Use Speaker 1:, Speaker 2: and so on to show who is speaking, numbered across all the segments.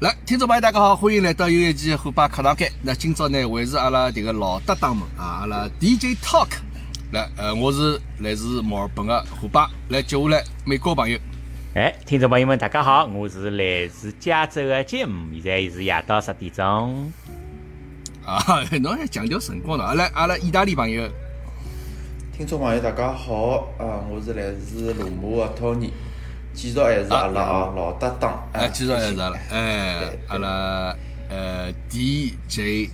Speaker 1: 来，听众朋友，大家好，欢迎来到又一期虎爸课堂间。那今朝呢，还是阿拉迭个老搭档们啊，阿拉 DJ Talk。来，呃，我是来自墨尔本的虎爸，来接下来美国朋友。
Speaker 2: 哎，听众朋友们，大家好，我是来自加州的 Jim，现在是夜到十点钟。
Speaker 1: 啊， 侬还强调辰光呢？来，阿拉意大利朋友，
Speaker 3: 听众朋友，大家好，啊，我是来自罗马的 Tony，继续还是阿拉啊老搭档，
Speaker 1: 哎，继续还是阿拉
Speaker 3: 了，，
Speaker 1: 哎
Speaker 3: 对，
Speaker 1: 阿拉呃 DJT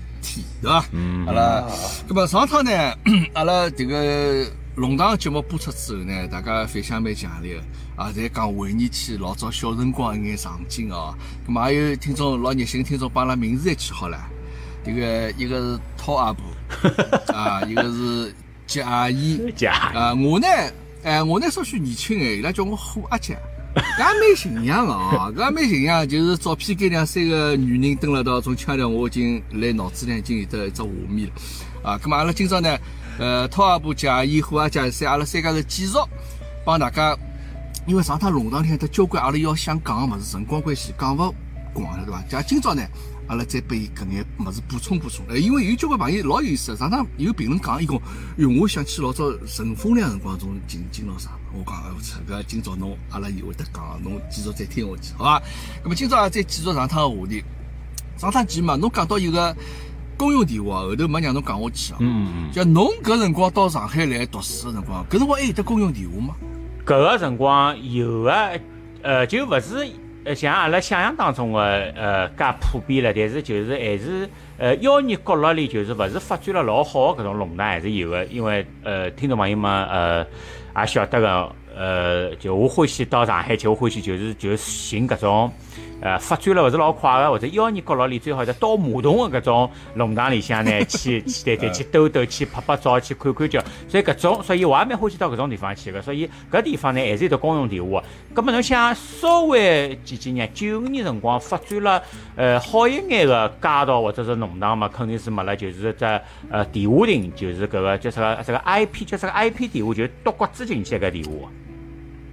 Speaker 1: 对伐？嗯，阿拉，那么上趟呢， 阿拉迭个弄堂节目播出之后呢，大家反响蛮强烈的，啊，侪讲回忆起老早小辰光一眼场景哦。那么还有听众老热心的听众帮阿拉名字也起好了，迭个一个是掏阿婆，啊，一个是接阿姨，
Speaker 2: 假，
Speaker 1: 啊，我呢，哎，我呢稍许年轻哎，伊拉叫我虎阿姐， 搿也蛮形象个哦，搿也蛮形象，就是照片间两三个女人蹲辣到，种腔调我已经来脑子里已经有得一只画面了。啊，葛末阿拉今朝呢，呃，涛阿婆姐、伊虎阿姐三，阿拉三家头继续帮大家，因为上趟弄堂里向得交关阿拉要想讲个物事，辰光关系讲勿光了，对伐？假今朝呢。阿拉再拨伊搿眼物事补充补充，呃，因为有交关朋友老有意思的，上趟有评论讲，伊讲，哟，我想起老早乘风凉辰光中经经常啥，我讲，哎我操，搿今朝侬阿拉又会得讲，侬继续再听下去，好伐？那么今朝啊，再继续上趟个话题，上趟节目嘛侬讲到有个公用电话，后头没让侬讲下去啊。
Speaker 2: 嗯，
Speaker 1: 就侬搿辰光到上海来读书个辰光，搿辰光还有得公用电话吗？
Speaker 2: 搿个辰光有个，呃，就勿是呃像阿拉想象当中的呃介普遍了，但是就是还是呃妖孽角落里就是勿是发展了老好的搿种弄堂还是有的，因为呃听众朋友们呃也晓得个，呃就我欢喜到上海去，我欢喜就是就是寻搿种。呃，发展了勿是老快个，或者妖孽角落里最好是倒马桶个搿种弄堂里向呢，去去对对
Speaker 1: 嗯
Speaker 2: 去兜兜，去拍拍照，去看看叫。所以搿种，所以我也蛮欢喜到搿种地方去个。所以搿地方呢，还是有得公用电话的。葛末侬想，稍微几几年，九五年辰光发展了，呃，好一眼个街道或者是弄堂嘛，肯定是没了，就是只呃电话亭，就是搿个叫啥个啥个 IP，叫啥个 IP 电话，就是倒骨子进去搿电话。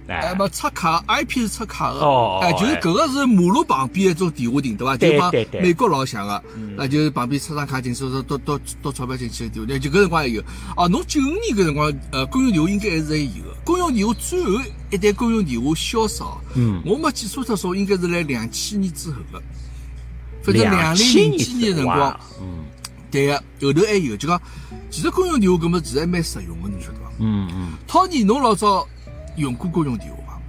Speaker 1: 哎，
Speaker 2: 哎，
Speaker 1: 没插卡，IP 是插卡的
Speaker 2: 哦，
Speaker 1: 哎，就是
Speaker 2: 哎
Speaker 1: 搿个是马路旁边一种电话亭，对伐？
Speaker 2: 对
Speaker 1: 就帮
Speaker 2: 对嗯对
Speaker 1: 美国老像个，那就是旁边插张卡进去，到到到到钞票进去的电话，就搿辰光也有。哦，侬九五年搿辰光，呃，公用电话应该还是还有个。公用电话最后一代公用电话消失哦，
Speaker 2: 嗯
Speaker 1: 我没记错的说，应该是来两千年之后个，反正
Speaker 2: 两
Speaker 1: 零零
Speaker 2: 年
Speaker 1: 几年辰光。，
Speaker 2: 嗯
Speaker 1: 对个，后头还有，就讲，其实公用电话搿么其实还蛮实用个，侬晓得伐？
Speaker 2: 嗯嗯，
Speaker 1: 涛尼，侬老早用过公用电话伐？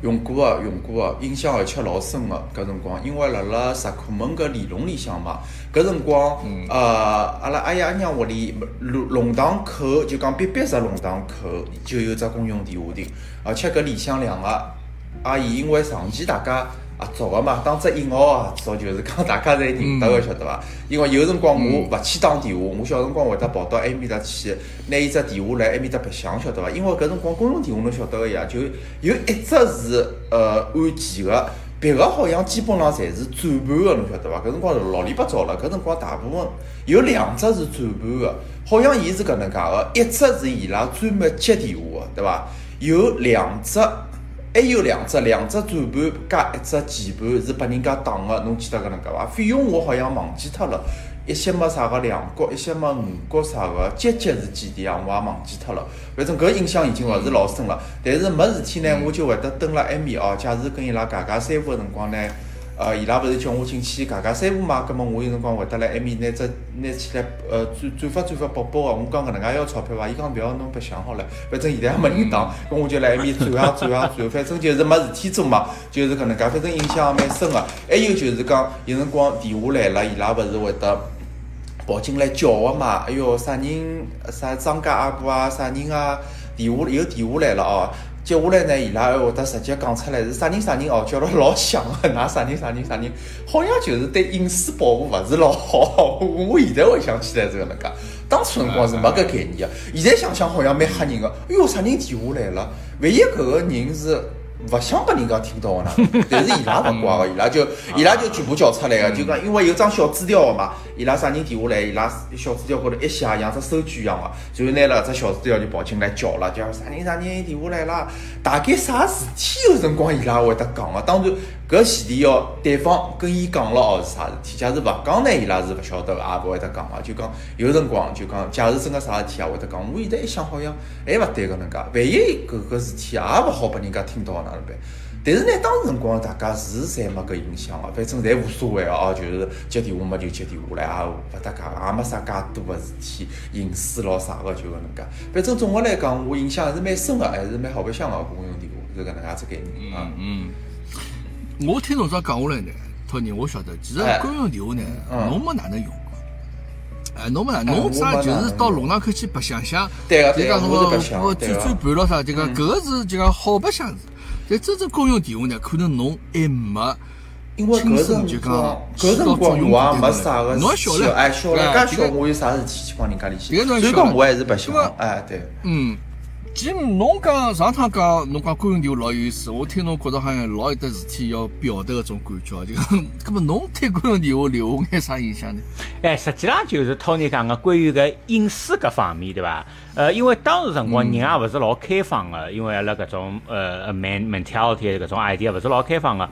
Speaker 3: 用过啊，用过啊，印象而且老深个搿辰光，因为辣辣石库门搿里弄里向嘛，搿辰光，呃，阿拉阿爷阿娘屋里弄弄堂口就讲逼逼石弄堂口就有只公用电话亭，而且搿里向两个阿姨因为长期大家。合作个嘛，当只引号啊，合作就是讲大家侪认得个，晓得伐？因为有辰光我勿去打电话，我小辰光会得跑到埃面搭去，拿伊只电话来埃面搭白相，晓得伐？因为搿辰光公用电话侬晓得个呀，就有一只是呃按键个，别个好像基本上侪是转盘个，侬晓得伐？搿辰光老里八糟了，搿辰光大部分有两只是转盘个，好像伊是搿能介个，一只是伊拉专门接电话个，对伐？有两只。还有两只，两只转盘加一只键盘是拨人家打个，侬记得搿能介伐？费用我好像忘记脱了，一些么啥个两角，一些么五角啥个，节节是几钿啊？我也忘记脱了。反正搿印象已经勿是老深了。但是没事体呢，我就会得蹲辣埃面哦，假使跟伊拉汏汏三胡个辰光呢。呃，伊拉勿是叫我进去汏汏三胡嘛，葛末我有辰光会得来埃面拿只拿起来，呃，转转发转发宝宝个。我讲搿能介要钞票伐？伊讲勿要，侬白相好了，反正现在也没人打，搿我就来埃面转啊转啊转，反正就是没事体做嘛，就是搿能介，反正印象也蛮深个。还有就是讲，有辰光电话来了，伊拉勿是会得。跑进来叫个嘛，哎哟，啥人啥张家阿婆啊，啥人啊，电话有电话来了哦。接下来呢，伊拉哎还会得直接讲出来是啥人啥人哦，叫了老响个，㑚啥人啥人啥人，好像就是对隐私保护勿是老好。 我现在回想起来是搿能介，当初辰光是没搿概念个，现在想想好像蛮吓人个。哎哟，啥人电话来了？万一搿个人是勿想拨人家听到个呢？但是伊拉勿怪个，伊拉就伊拉就全部叫出来个，就讲因为有张小纸条个嘛，伊拉啥人电话来，伊拉小纸条高头一写，像只收据一样个，然后拿了只小纸条就跑进来叫了，叫啥人啥人电话来啦，大概啥事体有辰光伊拉会得讲个，当然。搿前提要对方跟伊讲了哦是啥事体，假如勿讲呢，伊拉是勿晓得，也勿会得讲啊。就讲有辰光就讲，假如真个啥事体也会得讲。我现在一想好像哎还勿对搿能介，万一搿搿事体也勿好拨人家听到哪能办？但是呢，当时辰光大家是侪没搿影响啊个，反正侪无所谓个哦，就是接电话嘛就接电话了，也勿搭界，也没啥介多个事体，隐私咯啥个就搿能介。反正总个来讲，我印象还是蛮深个，还是蛮好白相个公用电话是搿能介只概念啊。
Speaker 1: 嗯，我听侬这样讲下来呢，托尼，我晓得，其实
Speaker 3: 哎
Speaker 1: 公用电话呢，
Speaker 3: 嗯
Speaker 1: 侬没哪能用。哎，侬么哪？
Speaker 3: 哎
Speaker 1: 侬
Speaker 3: 我
Speaker 1: 啥
Speaker 3: 没
Speaker 1: 就
Speaker 3: 哪
Speaker 1: 是
Speaker 3: 能
Speaker 1: 到
Speaker 3: 用
Speaker 1: 弄堂口去白相相，
Speaker 3: 对个
Speaker 1: 就
Speaker 3: 对个
Speaker 1: 讲什
Speaker 3: 我是白
Speaker 1: 么
Speaker 3: 相
Speaker 1: 我
Speaker 3: 对啊嗯
Speaker 1: 转
Speaker 3: 个
Speaker 1: 转盘咯啥，就讲搿个是就讲好白相是。但真正公用电话呢，可能侬还没。
Speaker 3: 因为搿辰光，搿辰光我也没啥个
Speaker 1: 侬还
Speaker 3: 事
Speaker 1: 小
Speaker 3: 体
Speaker 1: 嘞
Speaker 3: 哦，哎，小
Speaker 1: 对
Speaker 3: 了，
Speaker 1: 吧
Speaker 2: 啊
Speaker 3: 介
Speaker 1: 这
Speaker 3: 小
Speaker 1: 个
Speaker 3: 我有啥事体去帮人家联系？
Speaker 1: 这个侬
Speaker 3: 所
Speaker 1: 还
Speaker 3: 以
Speaker 1: 小
Speaker 3: 讲
Speaker 1: 嘞
Speaker 3: 我还是白相
Speaker 1: 这个，
Speaker 3: 哎，对，
Speaker 1: 嗯，其实侬讲上趟讲侬讲公用电话老有意思，我听侬觉得好像老有得事体要表达搿种感觉， 就讲，搿么侬对公用电话留下眼啥印象呢？
Speaker 2: 哎，实际上就是 Tony 讲个关于搿隐私搿方面，对伐？呃，因为当时辰光人也勿是老开放个，因为阿拉搿种呃 man mentality 搿种 idea 勿是老开放个。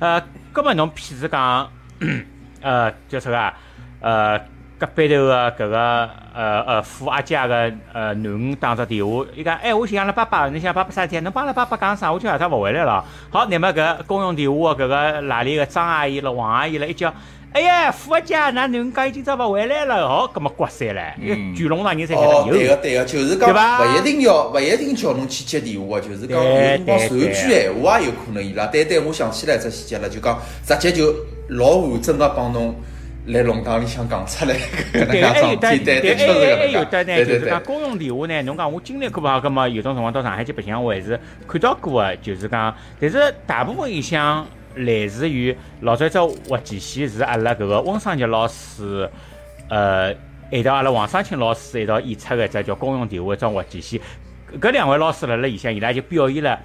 Speaker 2: 呃，搿么侬譬如讲，呃，叫啥个啊？呃，隔壁头个搿个呃呃富阿姐个呃囡恩打只电话，伊讲，哎，我想阿拉爸爸，侬想爸爸啥事体？侬帮阿拉爸爸讲啥？我今夜趟勿回来了。好，乃末搿公用电话个啊搿个哪里个张阿姨了、王阿姨了，一叫。哎呀，富阿姐，㑚囡恩讲伊今朝勿回来了，好，搿么刮塞唻！因为全龙堂人侪
Speaker 3: 哦，
Speaker 2: 晓得
Speaker 3: 对
Speaker 2: 有
Speaker 3: 个，对个，就是
Speaker 2: 对
Speaker 3: 讲
Speaker 2: 吧
Speaker 3: 勿一定要，勿一定叫侬去接电话，就是讲有
Speaker 2: 对
Speaker 3: 辰光
Speaker 2: 对
Speaker 3: 传句
Speaker 2: 对
Speaker 3: 闲话也有可能伊拉。对对，我想起来只细节了，就讲直接就老完整个帮侬来弄堂里向讲出来 搿能
Speaker 2: 对，还有
Speaker 3: 介桩
Speaker 2: 的，
Speaker 3: 事体，对
Speaker 2: 对，还
Speaker 3: 对，确实
Speaker 2: 有还
Speaker 3: 搿
Speaker 2: 有
Speaker 3: 能
Speaker 2: 的
Speaker 3: 介，对
Speaker 2: 呢，就
Speaker 3: 对
Speaker 2: 是
Speaker 3: 对
Speaker 2: 讲。公用电话呢，侬讲我经历过嘛，搿么有种辰光到上海去白相，我还是看到过个，就是讲，但是大部分影响来自于老早一只滑稽戏是阿拉搿个汪尚杰老师，呃，一道阿拉王尚清老师一道演出个一只叫公用电话一桩滑稽戏，搿两位老师辣辣里向，伊拉就表演了。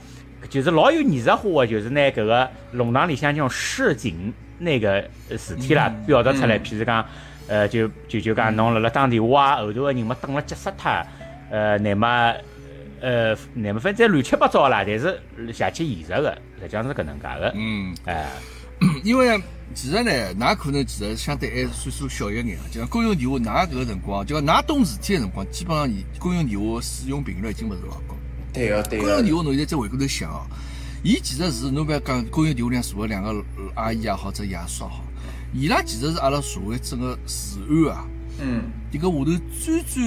Speaker 2: 就是老有艺术化的，就是拿搿个弄堂里向这种市井那个呃事体啦，
Speaker 1: 嗯
Speaker 2: 表达出来。譬如讲，呃，就就就讲侬辣辣打电话啊，后头个人嘛等了急死脱，呃，乃么呃，乃么反正乱七八糟啦，但是邪气现实个，实际上是搿能介个。
Speaker 1: 嗯，
Speaker 2: 哎，
Speaker 1: 因为呢其实呢，㑚可能其实相对还算数小一眼啊，就讲公用电话，㑚搿个辰光，就讲㑚懂事体个辰光，基本上你公用电话使用频率已经勿是老高。
Speaker 3: 对个对
Speaker 1: 公用
Speaker 3: 个
Speaker 1: 电话侬现在再回过头想哦，伊其实是侬勿要讲公用电话里向坐个两个呃阿姨也好，者爷叔也好，伊拉其实是阿拉社会整个治安啊，
Speaker 3: 嗯，
Speaker 1: 迭个下头最最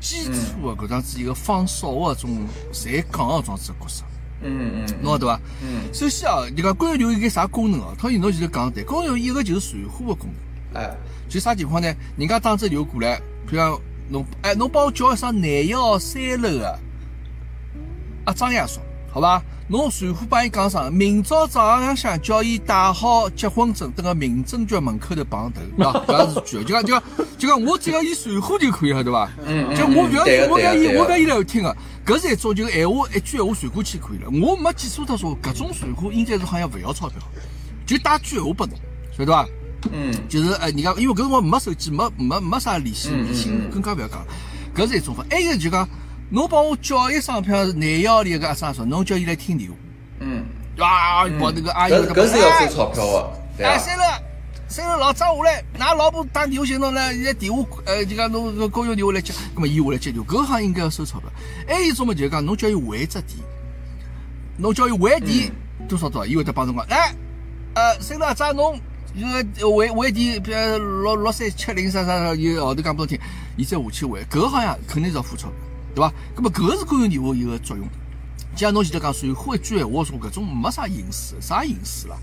Speaker 1: 基础个搿桩子一个放哨个种，侪讲个桩子个角色，
Speaker 3: 嗯嗯嗯
Speaker 1: 侬晓得伐？
Speaker 3: 嗯，
Speaker 1: 首先啊，就讲公用电话有眼啥功能哦？他现在就是讲对，公用一个就是传呼个功能。
Speaker 3: 哎，
Speaker 1: 就啥情况呢？人家打只电话过来，譬如讲侬哎，侬帮我叫一声廿一号三楼个啊张爷叔，好伐？侬随后帮伊讲声，明朝早浪向叫伊带好结婚证，等个民政局门口头碰头，对 伐？搿也是句，就讲就讲就讲，我只要伊随后就可以了，对伐？
Speaker 3: 嗯嗯
Speaker 1: 就我勿要
Speaker 3: 对个
Speaker 1: 我勿要
Speaker 3: 对
Speaker 1: 伊
Speaker 3: 个对个啊
Speaker 1: 我勿要伊来后听个，搿是一种就是闲话一句闲话传过去可以了。我没记错，他说搿种传呼应该是好像勿要钞票，就打句闲话拨侬，晓得伐？
Speaker 3: 嗯
Speaker 1: 就是呃，人家因为搿辰光没手机，没没没啥联系，
Speaker 3: 嗯
Speaker 1: 联系
Speaker 3: 嗯嗯
Speaker 1: 更加勿要讲了。搿是一种法，还有一个就讲，侬帮我叫一声，譬如廿一号里个阿啥说，侬叫伊来听电话，
Speaker 3: 嗯，
Speaker 1: 哇，
Speaker 3: 嗯
Speaker 1: 把那个阿姨
Speaker 3: 搿搿是要
Speaker 1: 哎
Speaker 3: 收钞票个，对啊
Speaker 1: 哎，
Speaker 3: 伐？
Speaker 1: 三楼，三楼老张下来，㑚老婆打电话寻侬呢，现在电话呃就讲侬搿公用电话来接，葛末伊下来接电话，搿行应该要收钞票。还有一种嘛，哎就是讲侬叫伊还只电，侬叫伊还电多少多少，伊会得帮侬讲，来，呃，三楼阿张侬。呃，还还电，比如呃六六三七零啥啥啥，有号头讲拨侬听，伊再下去还，搿好像肯定是要付钞票，对伐？葛末搿是公用电话有个作用。就像侬前头讲，随后一句闲话的辰光，搿种没啥隐私，啥隐私啦，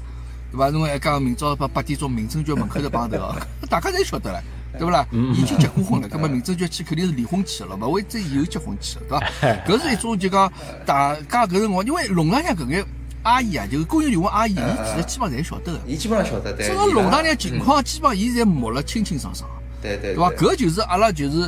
Speaker 1: 对伐？侬还讲明朝八八点钟民政局门口头碰头啊， 大家侪晓得了，对勿啦？
Speaker 3: 嗯
Speaker 1: 已经结过婚了，葛末民政局去肯定是离婚去了，勿会再有结婚去了，对 伐？搿是一种就讲大家搿辰光，因为弄堂向搿眼阿姨啊，就是公用电话阿姨，伊其实基本上侪晓得个，
Speaker 3: 伊基本上晓得，对。
Speaker 1: 整个弄堂里
Speaker 3: 伊拉
Speaker 1: 的情况基本上伊侪摸了清清爽爽。
Speaker 3: 对
Speaker 1: 对
Speaker 3: 对
Speaker 1: 伐？搿就是阿拉就是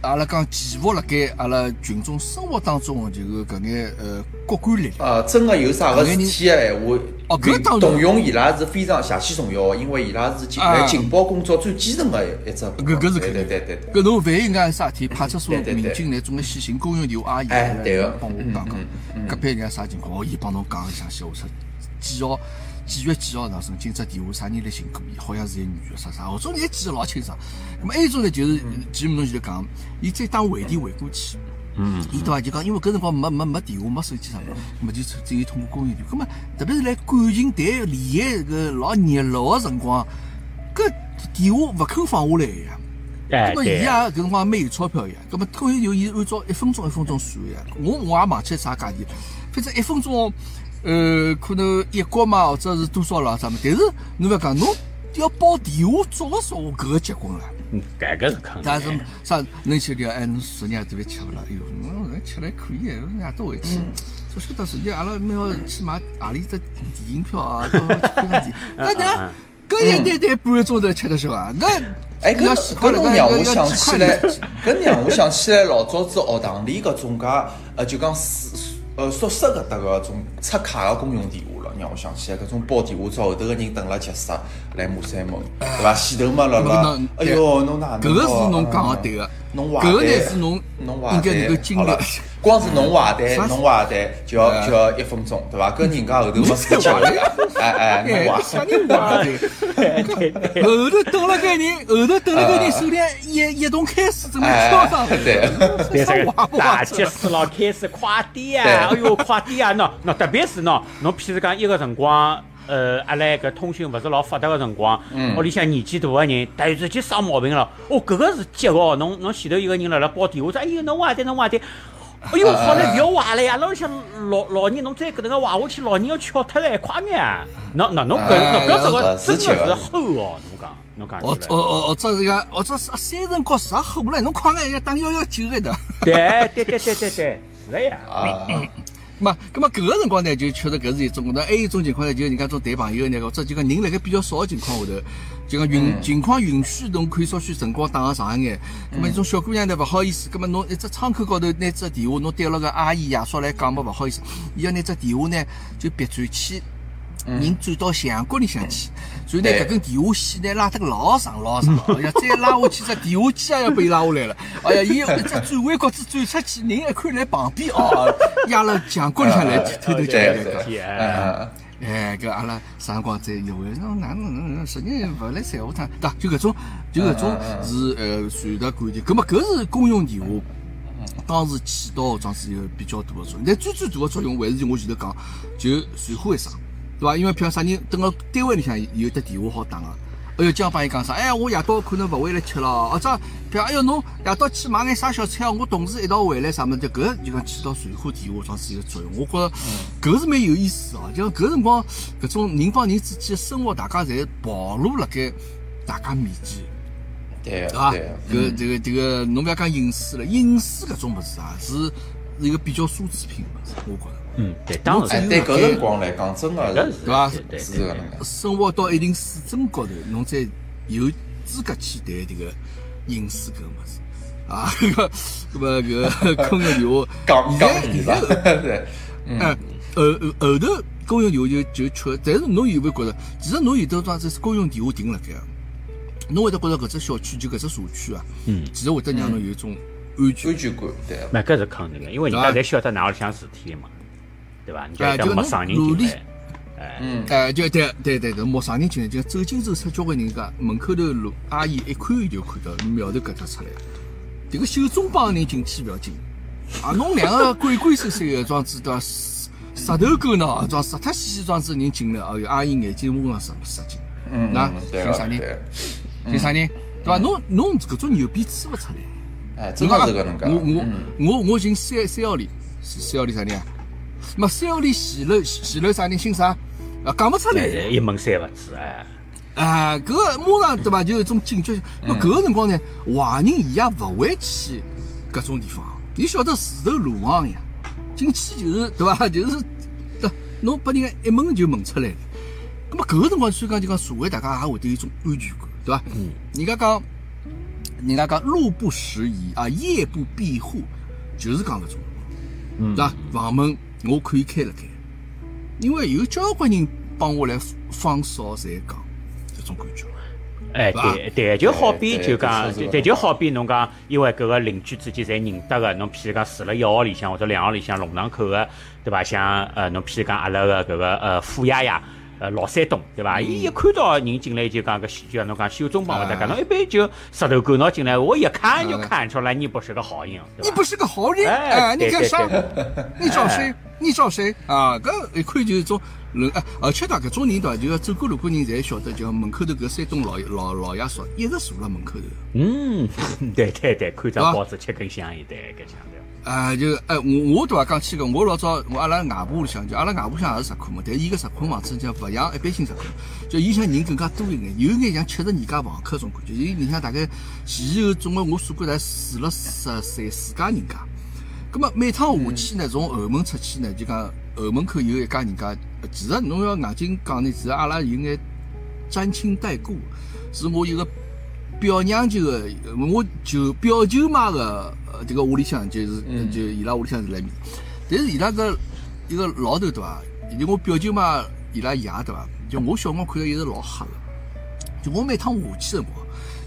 Speaker 1: 阿拉讲潜伏辣盖阿拉群众生活当中的就是搿眼呃骨干力量。
Speaker 3: 啊，真个有啥个事体个闲话，
Speaker 1: 哦搿当然
Speaker 3: 动用伊拉是非常邪气重要的，因为伊拉是呃警
Speaker 1: 啊
Speaker 3: 情报工作最基层个一只部门。
Speaker 1: 搿搿是
Speaker 3: 对
Speaker 1: 肯
Speaker 3: 对
Speaker 1: 定
Speaker 3: 对对对。
Speaker 1: 搿侬万一人家有啥事体，派出所
Speaker 3: 对对对
Speaker 1: 民警来专门先寻公用电话阿姨
Speaker 3: 哎
Speaker 1: 来
Speaker 3: 对个
Speaker 1: 帮我
Speaker 3: 嗯
Speaker 1: 讲讲
Speaker 3: 嗯嗯，
Speaker 1: 隔壁人家啥情况，哦，伊帮侬讲一下，先我说记牢几月几号呢？曾经只电话啥人来寻过伊，好像是一女的啥啥，我总也记得老清爽。那么还有一种呢，就是前面侬就讲，伊再打回电回过去。
Speaker 2: 嗯，
Speaker 1: 伊对伐？就讲，因为搿辰光没没没电话，没手机啥个，么就只有通过公用电话。葛末特别是辣感情谈恋爱搿老热络个辰光，搿电话勿肯放下来呀。
Speaker 2: 哎
Speaker 1: 葛末伊
Speaker 2: 对
Speaker 1: 也
Speaker 2: 啊，
Speaker 1: 搿辰光蛮有钞票呀，葛末公用电话伊是按照一分钟一分钟算个呀。我我也忘记啥价钿，反正一分钟，呃，可能一角嘛，或者是多少啦啥么。但是侬勿要讲，侬要报电话早个说话搿个结棍了。
Speaker 2: 嗯搿个是肯
Speaker 1: 但是
Speaker 2: 定的。
Speaker 1: 啥侬去聊，哎，侬昨日夜头饭吃勿啦？哎哟，侬那吃来可以，夜到回
Speaker 3: 嗯
Speaker 1: 去。说晓得昨日阿拉蛮好去买何里只电影票啊，到去看 看
Speaker 3: 嗯
Speaker 1: 电影。那那搿啊一单单半个钟头吃得消啊？那
Speaker 3: 哎，搿
Speaker 1: 要
Speaker 3: 搿侬让我想起来， 搿让我想起来老早子学堂里搿种介，呃，就讲宿呃宿舍搿搭个种插卡个公用电话了，让我想起来搿种煲电话，朝后头个人等辣急死来骂三门，
Speaker 1: 啊
Speaker 3: 对伐？前头嘛辣辣
Speaker 1: 侬，
Speaker 3: 哎哟，侬哪能搞？
Speaker 1: 搿个是侬讲个对个
Speaker 3: 嗯，侬坏
Speaker 1: 搿个
Speaker 3: 蛋
Speaker 1: 呢是侬
Speaker 3: 侬坏
Speaker 1: 应该能够
Speaker 3: 蛋，
Speaker 1: 经
Speaker 3: 好
Speaker 1: 历
Speaker 3: 了。光是侬坏 蛋，侬坏蛋就
Speaker 1: 啊
Speaker 3: 要就要一分钟，对伐？跟人家后头没时间了，哎哎，
Speaker 1: 哎，
Speaker 3: 侬坏。
Speaker 1: 啥人话对？后头等了个人，后头等了个人，手里一一动开始
Speaker 3: 哎
Speaker 1: 准备跳上来，
Speaker 2: 但是
Speaker 1: 啥话
Speaker 2: 个
Speaker 1: 不
Speaker 2: 大
Speaker 1: 话？
Speaker 2: 急死了，开始快点啊呀！哎
Speaker 3: 对
Speaker 2: 哟，快点呀！喏喏，特别是喏，侬譬如讲一个辰光，呃，阿拉搿通讯勿是老发达个辰光，
Speaker 3: 嗯
Speaker 2: 屋里向年纪大个人突然之间生毛病了，哦，搿个是急哦！侬侬前头一个人辣辣煲电话说，哎哟，侬坏蛋，侬坏蛋。哎哟，好了，勿要坏了呀！阿拉屋里向老老人，侬再搿能介坏下去，老人要翘脱了，快眼啊！喏喏，侬搿
Speaker 3: 哎
Speaker 2: 侬搿只
Speaker 3: 哎
Speaker 2: 个
Speaker 3: 是
Speaker 2: 真
Speaker 3: 急
Speaker 2: 个
Speaker 3: 个
Speaker 2: 是厚哦，侬讲侬讲
Speaker 1: 哦
Speaker 2: 起来
Speaker 1: 哦。哦哦，这是个，哦这是三人角啥好不来，侬快眼要打幺幺九来的。
Speaker 2: 对对对对对对，是的呀。
Speaker 3: 啊，
Speaker 1: 嘛，咁啊么搿个辰光呢，就确实搿是一种，那还有一种情况呢，就是人家种谈朋友呢，或者就讲人辣盖比较少的情况下头，就讲允情况允许侬可以稍许辰光打个长一眼。咁么一种小姑娘呢，勿好意思，咁么啊侬一只窗口高头拿只电话，侬对牢个阿姨爷叔来讲嘛，勿好意思，伊要拿只电话呢就别转去。人转到墙角里向去，所以呢，
Speaker 3: 对
Speaker 1: 搿根电话线呢拉得老长老长，哎呀，再拉下去只电话机也要被拉下来了，哎呀，伊一只转弯角子转出去，人一看来旁边哦，压了墙角里向来偷偷讲
Speaker 3: 对
Speaker 1: 来
Speaker 3: 对
Speaker 1: 讲，，
Speaker 3: 嗯。
Speaker 1: 哎，搿阿拉啥辰光再约会？侬哪能哪能十年勿来三下趟，对伐？就搿种，就搿种是呃传达感情。葛末搿是公用电话，当时起到好像是一个比较大的作用。但最最大的作用还是我前头讲，就传呼一声，对伐？因为譬如啥人等到单位里向有得电话好打个。哎哟，样帮伊讲啥？哎，我夜到可能勿回来吃了，或者譬如哎哟，侬夜到去买眼啥小菜啊？我同事一道回来啥么子？搿就讲起到传呼电话，桩是一个作用。我觉着搿是蛮有意思哦。就讲搿辰光，搿种人帮人之间的生活，大家侪暴露辣盖大家面前，
Speaker 3: 对
Speaker 1: 对伐
Speaker 3: 啊对，？嗯
Speaker 1: 搿啊这个这个，侬勿要讲隐私了，隐私搿种物事啊，是是一个比较奢侈品的物事，我觉着。
Speaker 2: 嗯，对，当
Speaker 3: 哎，
Speaker 2: 然
Speaker 1: 嗯
Speaker 3: 对搿辰光来讲，真的
Speaker 2: 是
Speaker 1: 对吧
Speaker 2: 对对
Speaker 3: 是
Speaker 2: 对
Speaker 3: 搿能介。
Speaker 1: 生活到一定水准高头，侬才有资格去谈这个隐私搿个物事啊。 搿个搿么搿个 公用电话，
Speaker 3: 讲讲
Speaker 1: 现
Speaker 3: 你
Speaker 1: 在
Speaker 3: 吧，
Speaker 1: 现在
Speaker 3: 对，
Speaker 1: 呃后后后头公用电话就就缺，但是侬有没有觉着，其实侬有的桩子是公用电话停辣盖啊，侬会得觉着搿只小区就搿只社区啊，
Speaker 2: 嗯
Speaker 1: 其实会得让侬有一种安全
Speaker 3: 安全感，对。啊
Speaker 2: 那搿是肯定的，因为人家侪晓得哪里向事体嘛，对伐？人家
Speaker 1: 哎
Speaker 2: 讲
Speaker 1: 就
Speaker 2: 没
Speaker 1: 侬
Speaker 2: 上人
Speaker 1: 努
Speaker 2: 进
Speaker 1: 力
Speaker 2: 来，哎，
Speaker 3: 嗯，
Speaker 1: 哎，就对对对对，陌生人进来，就走进走出，交关人家门口头路阿姨一看就看到苗头搿搭出来。迭个袖中帮人进去勿要紧，啊，侬两个鬼鬼祟祟个装子对伐？石石头狗呢，装石头细细装子人进来，哎呦，阿姨眼睛蒙了啥啥劲？
Speaker 3: 嗯，
Speaker 1: 那
Speaker 3: 对
Speaker 1: 寻啥
Speaker 3: 个，
Speaker 1: 人？
Speaker 3: 对，啊
Speaker 1: 寻啥人？对伐？侬侬搿种牛逼吹勿出来。
Speaker 3: 哎，
Speaker 1: 侬
Speaker 3: 真
Speaker 1: 讲
Speaker 3: 的
Speaker 1: 啊
Speaker 3: 是搿能介。
Speaker 1: 我
Speaker 3: 嗯
Speaker 1: 我我我寻三三号里，三三号里啥人啊？没三号里前楼前楼啥人姓啥？啊，讲勿出来。
Speaker 2: 哎一问三勿知，哎，
Speaker 1: 啊，搿个马上对伐，就有一种警觉性。那搿个辰光呢，坏人伊也勿会去搿种地方，伊晓得自投罗网呀。进去就是 对伐，就是，对，侬拨人家一问就问出来了。葛么搿个辰光，所以讲就讲社会大家也会得有一种安全感，对伐？嗯。人家讲，人家讲路不拾遗啊，夜不闭户，就是讲搿种，嗯，对伐？房门我可以开了开，因为有交关人帮我来放哨侪讲，搿种感觉。
Speaker 2: 哎，
Speaker 1: 伐
Speaker 2: 对对，就好比
Speaker 3: 对
Speaker 2: 就
Speaker 3: 搿
Speaker 2: 讲，
Speaker 3: 是搿
Speaker 2: 对
Speaker 3: 能
Speaker 2: 对
Speaker 3: 介
Speaker 2: 就好比侬讲，因为搿个邻居之间侪认得个，侬譬如讲住辣一号里向或者两号里向弄堂口个，对伐？像呃，侬譬如讲阿拉个搿个呃富爷爷。呃老山东，对伐？伊一看到人进来就讲个，就像侬讲修中帮搿搭讲，侬一般就石头狗拿进来，我一看就看出来你不是个好人，
Speaker 1: 你
Speaker 2: 对伐？
Speaker 1: 不是个好人，
Speaker 2: 哎
Speaker 1: 哎，你干啥
Speaker 2: 对哎对？
Speaker 1: 你找谁？你找谁啊？搿一看就是种人，哎而且呢，搿种人对伐？就是走过路过人侪晓得，就门口头搿山东老老老爷叔一直坐辣门口头。
Speaker 2: 嗯， 对对对，看张
Speaker 1: 啊
Speaker 2: 报纸吃根香烟，对搿腔调。
Speaker 1: 啊，就哎，我我对伐讲起个，我老早我阿拉外婆屋里向，就阿拉外婆乡也是石窟嘛，但伊个石窟房子就勿像一般性石窟，就伊像人更加多一眼，有眼像七十二家房客种感觉，伊里向大概前后总共我算过才住了十三四家人家，葛末每趟下去呢，从呃后门出去呢，就讲后门口有一家人家，呃其实侬要硬劲讲呢，其实阿拉有眼沾亲带故，是我一个表娘舅的，呃我舅表舅妈的呃这个屋里向就是
Speaker 3: 嗯
Speaker 1: 就伊拉屋里向是来面，但是伊拉个一个老头对伐，以及我表舅妈伊拉爷对伐，就我小辰光看到伊是老黑的。就我每趟下去辰光，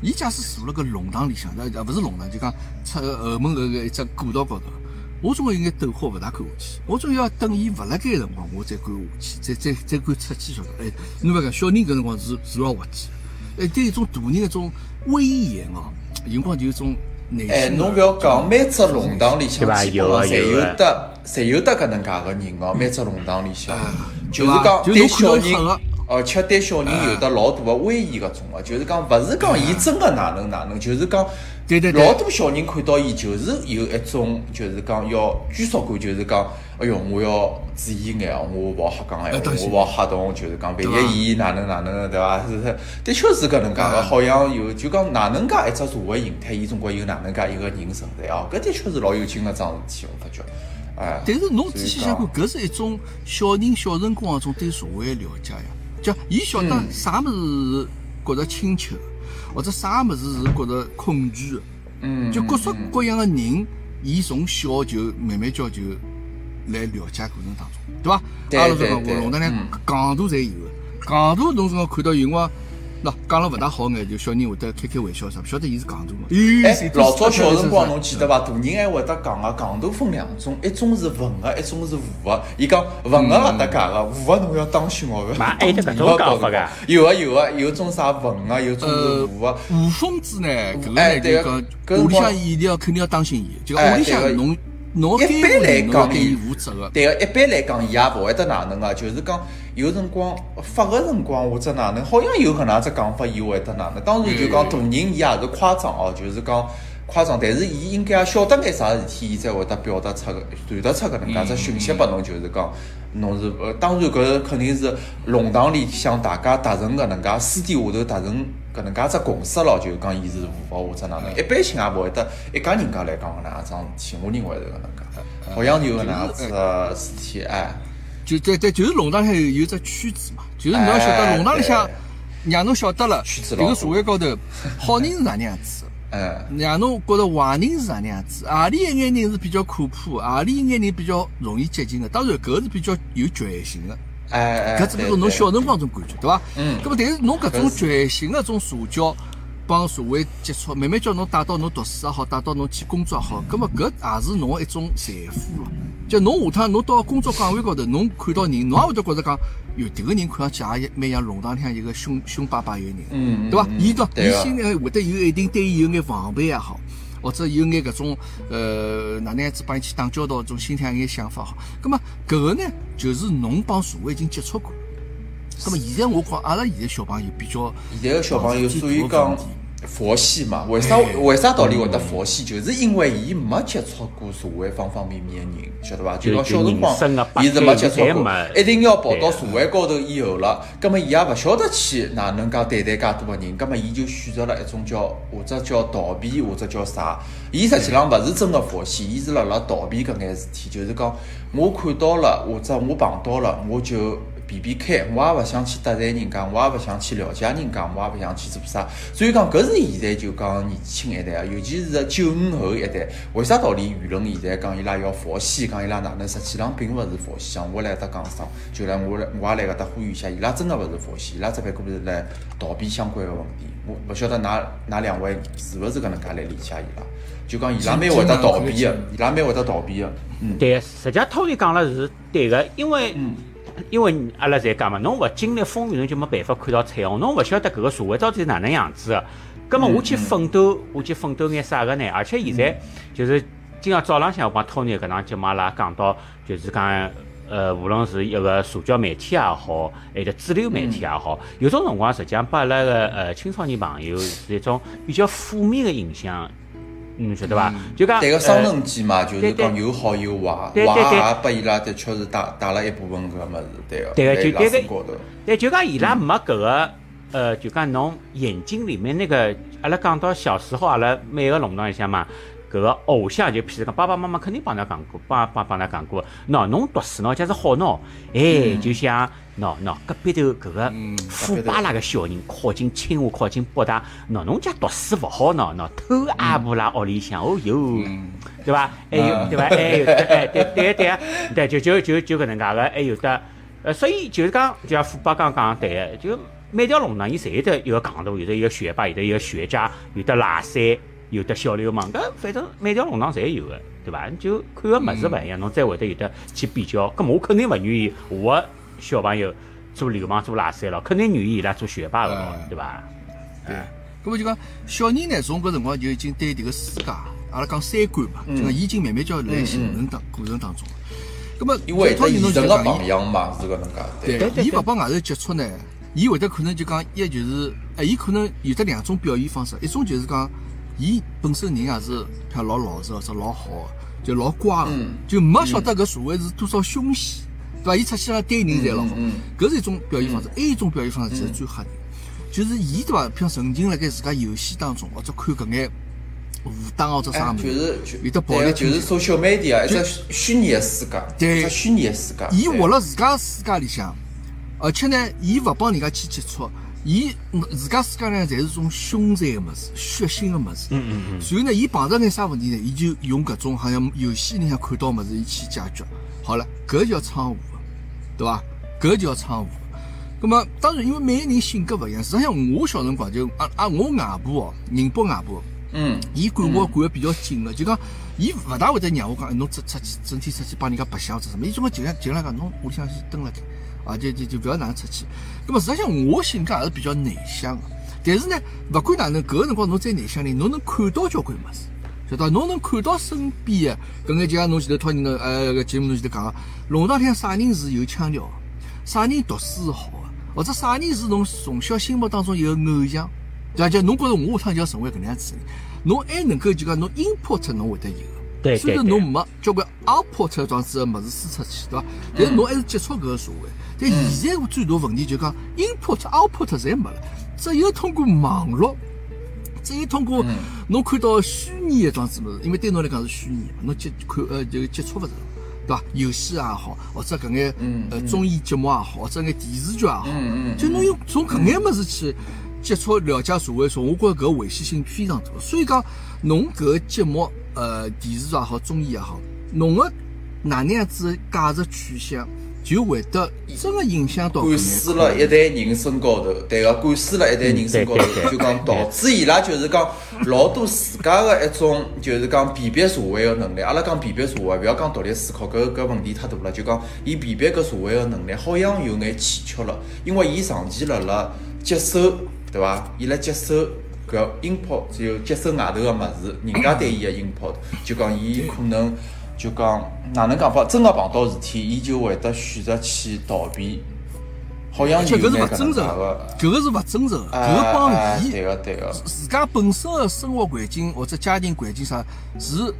Speaker 1: 伊假使坐辣个弄堂里向，那勿是弄堂，就讲出后门搿个一只过道高头，我总归有眼抖好，勿大敢下去。我总要等伊勿辣盖个辰光，我再敢下去，再再再敢出去，晓得？哎，侬勿讲，小人搿辰光是是老滑稽的，哎，对一种大人一种威严哦，有辰光就有种内
Speaker 3: 哎，
Speaker 1: 心的。
Speaker 3: 侬勿要讲，每只弄堂里向
Speaker 2: 对吧
Speaker 3: 基
Speaker 2: 有
Speaker 3: 本上侪有
Speaker 2: 啊有啊
Speaker 3: 得，侪有得搿能介个人哦。每只弄堂里向，就是
Speaker 1: 啊对吧
Speaker 3: 讲
Speaker 1: 就
Speaker 3: 对
Speaker 1: 侬看
Speaker 3: 小
Speaker 1: 到啊
Speaker 3: 人
Speaker 1: 黑的，
Speaker 3: 而且对小人有得老大个威严搿种个，就是讲勿是讲伊真个哪能哪能，就是讲
Speaker 1: 啊对对对
Speaker 3: 老多小人看到伊就是有一种就是讲要拘束感，就是讲哎哟，我要注意眼哦，我勿好瞎讲闲
Speaker 1: 哎当
Speaker 3: 话，
Speaker 1: 心
Speaker 3: 我勿好瞎动，就是讲万
Speaker 1: 对吧
Speaker 3: 一伊哪能哪能，对伐？是是，的确是搿能介
Speaker 1: 啊
Speaker 3: 个，好像有就讲哪能介一只社会形态，伊总归有哪能介一个人存在哦，搿的确是老有劲个桩事体，我发觉，哎。
Speaker 1: 但是侬仔细想看，搿是一种小人小辰光一种对社会的了解呀，就伊晓得
Speaker 3: 嗯
Speaker 1: 啥物事是觉着亲切的，或者啥物事是觉着恐惧的。
Speaker 3: 嗯，
Speaker 1: 就各
Speaker 3: 嗯
Speaker 1: 式各样的人，伊从小就慢慢交就来了解过程当中，对伐？
Speaker 3: 对
Speaker 1: 阿拉说
Speaker 3: 对
Speaker 1: 讲，
Speaker 3: 对
Speaker 1: 弄堂里
Speaker 3: 嗯
Speaker 1: 戆大侪有的，戆大侬总要看到有辰光，喏讲了勿大好眼，就小人会得开开玩笑啥，勿晓得伊是戆大嘛。
Speaker 3: 哎
Speaker 1: 哎，
Speaker 3: 老早小辰光侬记得伐？大人还会得讲个，戆大分两种，一种是文个，一种是武个。伊讲文个勿搭界个，武个侬要当心哦。
Speaker 2: 嘛还有得搿种讲法哎个
Speaker 3: 有个有啊个，有种啥文个，有种
Speaker 1: 呃
Speaker 3: 是武个。
Speaker 1: 五疯子呢，搿个
Speaker 3: 哎
Speaker 1: 呢就
Speaker 3: 对
Speaker 1: 是
Speaker 3: 个
Speaker 1: 讲
Speaker 3: 搿
Speaker 1: 屋里
Speaker 3: 辰光
Speaker 1: 向伊一定要肯定要当心伊，就讲屋
Speaker 3: 哎
Speaker 1: 里
Speaker 3: 对个
Speaker 1: 向侬侬
Speaker 3: 一
Speaker 1: 该
Speaker 3: 般
Speaker 1: 负
Speaker 3: 来
Speaker 1: 人侬要
Speaker 3: 讲，
Speaker 1: 对伊负责个。
Speaker 3: 对个，一般来讲，伊也勿会得哪能个，就是讲有辰光发个辰光或者哪能，好像有搿能介只讲法，伊会得哪能。当然就讲大人伊也是夸张哦，就是讲夸张，但是伊应该也晓得眼啥事体，伊才会得表达出个，传达出搿能介只讯息拨侬，就是讲。侬是呃，当然搿肯定是弄堂里向大家达成搿能介，私底下头达成搿能介只共识咯，就是讲伊是符合或者哪能，一般性也勿会得一家人家来讲搿能介桩事体，我认为是搿能介，好像有搿能介只事体哎。
Speaker 1: 就对对，就是弄堂里向有有只圈子嘛，就是侬要晓得
Speaker 3: 哎
Speaker 1: 弄堂里向
Speaker 3: 对，
Speaker 1: 让侬晓得了，
Speaker 3: 圈子
Speaker 1: 这
Speaker 3: 老
Speaker 1: 个
Speaker 3: 大
Speaker 1: 社会高头， 好人是哪能样子，
Speaker 3: 嗯，
Speaker 1: 让侬觉着坏人是哪能样子，何里一眼人是比较可怕，何里一眼人比较容易接近的，当然搿是比较有决心的。
Speaker 3: 哎哎，
Speaker 1: 搿只不过侬小辰光种感觉，对伐？
Speaker 3: 嗯
Speaker 1: 搿么但是侬搿种
Speaker 3: 搿是
Speaker 1: 全新的种社交帮社会接触，慢慢叫侬带到侬读书也好，带到侬去工作也好，搿么搿也是侬的一种财富了。就侬下趟侬到工作岗位高头，侬看到人，侬也会得觉着讲，哟，迭个人看上去也蛮像弄堂里向一个凶凶巴巴一个人。
Speaker 3: 嗯，
Speaker 1: 对伐？伊到
Speaker 3: 对
Speaker 1: 伊
Speaker 3: 个
Speaker 1: 心里会得有一定对伊有眼防备也好，或者有眼搿种呃哪能样子帮伊去打交道，种心里向有眼想法好。葛么搿个呢，就是侬帮社会已经接触过。葛么现在我讲，阿拉现在小朋友比较
Speaker 3: 现在个小朋友，所以
Speaker 1: 往
Speaker 3: 讲
Speaker 1: 自己
Speaker 3: 佛系嘛，为啥
Speaker 1: 哎
Speaker 3: 为啥道理会得佛系？就是因为伊没接触过社会方方面面的人，晓得伐？
Speaker 2: 就
Speaker 3: 就讲小辰光
Speaker 2: 人生的，百
Speaker 3: 伊是没接触
Speaker 2: 态
Speaker 3: 过
Speaker 2: 嘛，
Speaker 3: 一定要跑
Speaker 2: 对
Speaker 3: 到
Speaker 2: 啊
Speaker 3: 社会高头以后了，葛么伊也勿晓得去哪能介对待介多个人，葛么伊就选择了一种叫或者叫逃避，或者叫啥？伊实际上勿是真个佛系，伊是辣辣逃避搿眼事体，就是讲我看到了或者我碰到了，我就。避避开，我也勿想去搭讪人家，我也勿想去了解人家，我也勿想去做啥。所以讲，搿是现在就讲年轻一代啊，尤其是九五后一代，为啥道理舆论现在讲伊拉要佛系，讲伊拉哪能？实际上并勿是佛系，像我来搿搭讲啥，就来我来我也来搿搭呼吁一下，伊拉真的勿是佛系，伊拉只不过是来逃避相关个问题。我勿晓得㑚㑚两位是勿是搿能介来理解伊拉？就讲伊拉蛮会得逃避个，伊拉蛮会得逃避个。嗯，嗯
Speaker 2: 对，实际上涛哥讲了是对个，因为因为阿拉侪讲嘛，侬勿经历风雨，侬就没办法看到彩虹，侬勿晓得搿个社会到底是哪能样子个。葛
Speaker 3: 嗯
Speaker 2: 末我去奋斗，我去奋斗眼啥个呢？而且现在就是今朝早浪向我帮 Tony 搿档节目阿拉也讲到，就是讲。呃，无论是一个社交媒体也好，还是主流媒体也好，
Speaker 3: 嗯
Speaker 2: 有种辰光实际上把阿拉个呃青少年朋友是一种比较负面的影响，嗯，晓得伐？就讲
Speaker 3: 但个
Speaker 2: 呃
Speaker 3: 双刃剑嘛，就是
Speaker 2: 对对
Speaker 3: 讲有好有坏，
Speaker 2: 对对对
Speaker 3: 坏也拨伊拉的确是带带了一部分搿物事，对个，
Speaker 2: 对个
Speaker 3: 在
Speaker 2: 就
Speaker 3: 伊拉
Speaker 2: 对个
Speaker 3: 身高头。
Speaker 2: 对，就讲伊拉没搿个，呃，就讲侬眼睛里面那个，阿拉讲到小时候，阿拉每个弄堂里向嘛，搿个偶像就譬如讲爸爸妈妈肯定帮㑚讲过，帮帮帮㑚讲过，喏，侬读书喏，假是好喏，哎，就像喏喏隔壁头搿个富爸拉个小人考进清华，考进北大，喏，侬家读书勿好喏，喏偷阿婆拉屋里向，哦哟。对伐？还有
Speaker 3: 嗯
Speaker 2: 对伐？还有的哎，对对对啊，对就就就就搿能介个，哎还有的，呃，所以就是讲，就像富爸刚刚讲对个，就每条弄堂伊侪有得一个戆头，有得一个学霸，有得一个学渣，有得拉三，有得小流氓，搿反正每条弄堂侪有个，对伐？你就看个物事勿一样，侬再会得有得去比较。搿么我肯定勿愿意我个小朋友做流氓做拉三咯，肯定愿意伊拉做学霸个咯
Speaker 1: 嗯，
Speaker 2: 对伐？
Speaker 1: 对，咁么就讲小人呢，从搿辰光就已经对迭个世界，阿拉讲三观
Speaker 3: 嗯
Speaker 1: 嘛，就讲伊已经慢慢叫来形成当过程当中。咁么
Speaker 3: 因为
Speaker 1: 套
Speaker 3: 伊
Speaker 1: 人侬
Speaker 3: 人
Speaker 1: 就
Speaker 3: 个
Speaker 1: 讲
Speaker 3: 榜
Speaker 1: 伊，
Speaker 3: 样嘛，是搿能介，对
Speaker 2: 对对
Speaker 1: 伊勿帮外头接触呢，伊会得可能就讲一就是，哎，伊可能有得两种表现方式，一种就是讲伊本身人也是像老老实或者老好的，就老乖个
Speaker 3: 嗯，
Speaker 1: 就没晓得搿社会是多少凶险，对伐？伊出去了对人侪老好
Speaker 3: 嗯嗯，嗯
Speaker 1: 搿是一种表现方式，还有一种表现方式就是最吓人。就是伊对伐？譬如沉浸辣盖自家游戏当中，或者看搿眼武打或者啥
Speaker 3: 哎
Speaker 1: 物，
Speaker 3: 就
Speaker 1: 事
Speaker 3: 是，就
Speaker 1: 有得暴
Speaker 3: 对
Speaker 1: 力
Speaker 3: 个就
Speaker 1: 倾
Speaker 3: 是
Speaker 1: 向。
Speaker 3: social media 一只虚拟的世界，
Speaker 1: 对
Speaker 3: 一只虚拟的世界。
Speaker 1: 伊
Speaker 3: 对
Speaker 1: 活辣自家世界里向，而且呢，伊勿帮人家去接触，伊自家世界呢，侪是种凶残个物事、血腥个物事。嗯嗯嗯。然后呢，伊碰着眼啥问题呢？伊就用搿种好像游戏里向看到物事，伊去解决。好了，搿叫窗户，对伐？搿叫窗户。咁么，当然，因为每个人性格勿一样。实际上，我小辰光就啊啊，我外婆哦，宁波外婆。
Speaker 3: 嗯，
Speaker 1: 伊管我管得比较紧个，就讲伊勿大会得让我讲，哎侬出出去整天出去帮人家白相或者什么，伊总归尽量尽量讲侬屋里向先蹲辣盖，啊就就就勿要哪能出去。咁么实际上我性格也是比较内向个，但是呢，勿管哪能，搿个辰光侬再内向呢，侬能看到交关物事。晓得伐，侬能看到身边个，搿眼就像侬前头托人个呃搿节目侬前头讲个，弄堂里向啥人是有腔调个，啥人读书是好个，或者啥人是侬从小心目当中有个偶像，对伐？就侬觉着我下趟就要成为搿能样子个人，侬还能够就讲侬 input 侬会得有个。
Speaker 2: 对
Speaker 1: 虽然
Speaker 2: 对对嗯
Speaker 1: 侬没交关 output 装置个物事输出去，对伐？但是侬还是接触搿个社会。但现在最大问题就讲 input、output 侪没了，只有通过网络。只有通
Speaker 3: 嗯
Speaker 1: 过侬看到虚拟的装置物事，因为对侬来讲是虚拟的嘛，侬接看呃就接触勿着，对伐？游戏也好，或者搿眼
Speaker 3: 嗯
Speaker 1: 呃综艺节目也好，或者眼电视剧也好，就侬用从搿眼物事去接触了解社会的时候，我觉着搿危险性非常大。所以讲，侬搿个节目呃电视剧也好，综艺也好，侬个哪能样子的价值取向，就会得真个影响到搿
Speaker 3: 灌
Speaker 1: 眼
Speaker 3: 输了一代人身高头，对个，灌输了一代人身高
Speaker 2: 嗯对对
Speaker 3: 头，
Speaker 2: 对
Speaker 3: 就讲导致伊拉就是讲老多自家个一种，就是讲辨别社会个能力。阿拉讲辨别社会，勿要讲独立思考，搿搿问题太大了。就讲伊辨别搿社会个能力，好像有眼欠缺了，因为伊长期辣辣接收，对伐？伊辣接收。搿 input 只有接收外头个物事，人家对伊个 input，就讲伊可能就讲哪能讲法，真个碰到事体，伊就会得选择去逃避，好像
Speaker 1: 而且
Speaker 3: 有
Speaker 1: 搿是
Speaker 3: 眼
Speaker 1: 勿
Speaker 3: 搿
Speaker 1: 真
Speaker 3: 能
Speaker 1: 实
Speaker 3: 介
Speaker 1: 的
Speaker 3: 个，，
Speaker 1: 搿个是勿真实的，
Speaker 3: 啊
Speaker 1: 搿个
Speaker 3: 啊
Speaker 1: 帮伊
Speaker 3: 对个对个，
Speaker 1: 自家本身的生活环境或者家庭环境啥是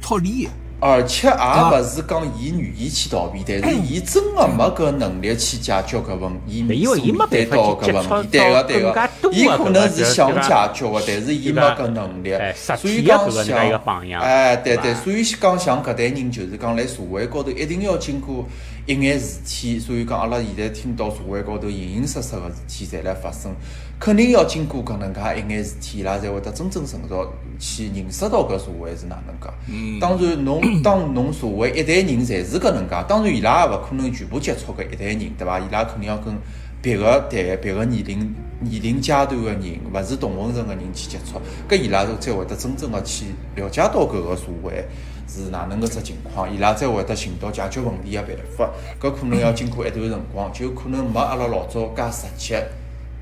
Speaker 1: 脱离的。
Speaker 3: 而且也
Speaker 1: 伐
Speaker 3: 勿是讲伊愿意去逃避，但是伊真个没�搿能力去解决搿问题，
Speaker 2: 对因为伊没
Speaker 3: 对
Speaker 2: 办法
Speaker 3: 到
Speaker 2: 去接
Speaker 3: 搿
Speaker 2: 触
Speaker 3: 问题，对
Speaker 2: 到
Speaker 3: 个对
Speaker 2: 更加
Speaker 3: 个
Speaker 2: 多，的
Speaker 3: 伊
Speaker 2: 搿
Speaker 3: 可
Speaker 2: 个
Speaker 3: 能
Speaker 2: 就是是
Speaker 3: 想
Speaker 2: 讲
Speaker 3: 解决个，但是伊
Speaker 2: 对
Speaker 3: 没
Speaker 2: 吧
Speaker 3: 搿能力
Speaker 2: 哎，实
Speaker 3: 所以
Speaker 2: 体的搿
Speaker 3: 讲
Speaker 2: 个
Speaker 3: 想
Speaker 2: 人家一个榜样
Speaker 3: 哎，对对，
Speaker 2: 是吧
Speaker 3: 所以讲像搿代人就是讲来社会高头一定要经过一眼事体，所以讲阿拉现在听到社会高头形形色色个事体侪来发生，肯定要经过搿能介一眼事体，伊拉才会得真正成熟去认识到搿社会是哪能介。当然，侬当侬社会一代人侪是搿能介，当然伊拉也勿可能全部接触搿一代人，对伐？伊拉肯定要跟别个代、别个年龄、年龄阶段个人，勿是同温层个人去接触，搿伊拉才会得真正个去了解到搿个社会是哪能个只情况，伊拉才会得寻到解决问题个办法。搿可能要经过一段辰光，就可能没阿拉老早介实切。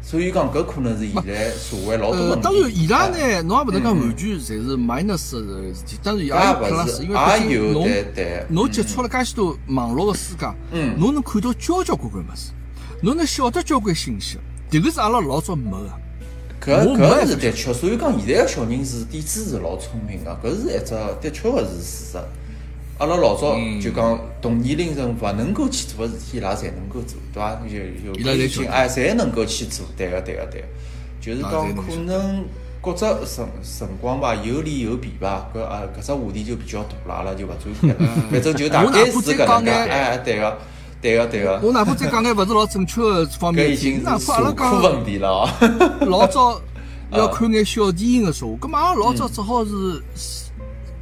Speaker 3: 所以讲，搿可能是现在社会老多
Speaker 1: 呃，
Speaker 3: 问题。哎
Speaker 1: 当然伊拉呢，侬也勿能讲完全侪是 minus 的事体，当然也有
Speaker 3: 搿也勿
Speaker 1: plus，
Speaker 3: 是，啊
Speaker 1: 因为毕竟
Speaker 3: 也有嗯
Speaker 1: 侬
Speaker 3: 对对。
Speaker 1: 侬接触了介许多网络个世界，
Speaker 3: 嗯
Speaker 1: 侬能看到交交关关物事，侬能晓得交关信息，迭个是阿拉老早没个。
Speaker 3: 搿
Speaker 1: 我没
Speaker 3: 搿是的确，所以讲现在个小人是点子是老聪明个，搿是一只的确个是事实。啊阿拉老早
Speaker 1: 嗯
Speaker 3: 就讲同年龄层勿能够去做个事体，伊拉侪能够做，对伐？有
Speaker 1: 伊拉
Speaker 3: 有
Speaker 1: 侪
Speaker 3: 培
Speaker 1: 晓
Speaker 3: 训，
Speaker 1: 得
Speaker 3: 哎，侪能够去做，对啊个对个对个。就是
Speaker 1: 啊侪能
Speaker 3: 讲可
Speaker 1: 晓
Speaker 3: 能各只辰辰光吧，有利有弊吧。搿啊搿只话题就比较大了，阿拉就勿展开了。反正就大
Speaker 1: 嗯我哪
Speaker 3: 概
Speaker 1: 怕
Speaker 3: 是
Speaker 1: 再
Speaker 3: 搿
Speaker 1: 讲
Speaker 3: 能介，
Speaker 1: 眼
Speaker 3: 哎，对个对个对个。
Speaker 1: 我哪怕再讲眼勿是老正确个方
Speaker 3: 搿
Speaker 1: 面
Speaker 3: 已
Speaker 1: 的事体，
Speaker 3: 经
Speaker 1: 哪
Speaker 3: 是
Speaker 1: 怕阿
Speaker 3: 社
Speaker 1: 拉
Speaker 3: 科
Speaker 1: 讲
Speaker 3: 问题了哦。
Speaker 1: 老
Speaker 3: 啊
Speaker 1: 早要看眼小电影个说话，咁嘛，阿拉老
Speaker 3: 嗯
Speaker 1: 早只好是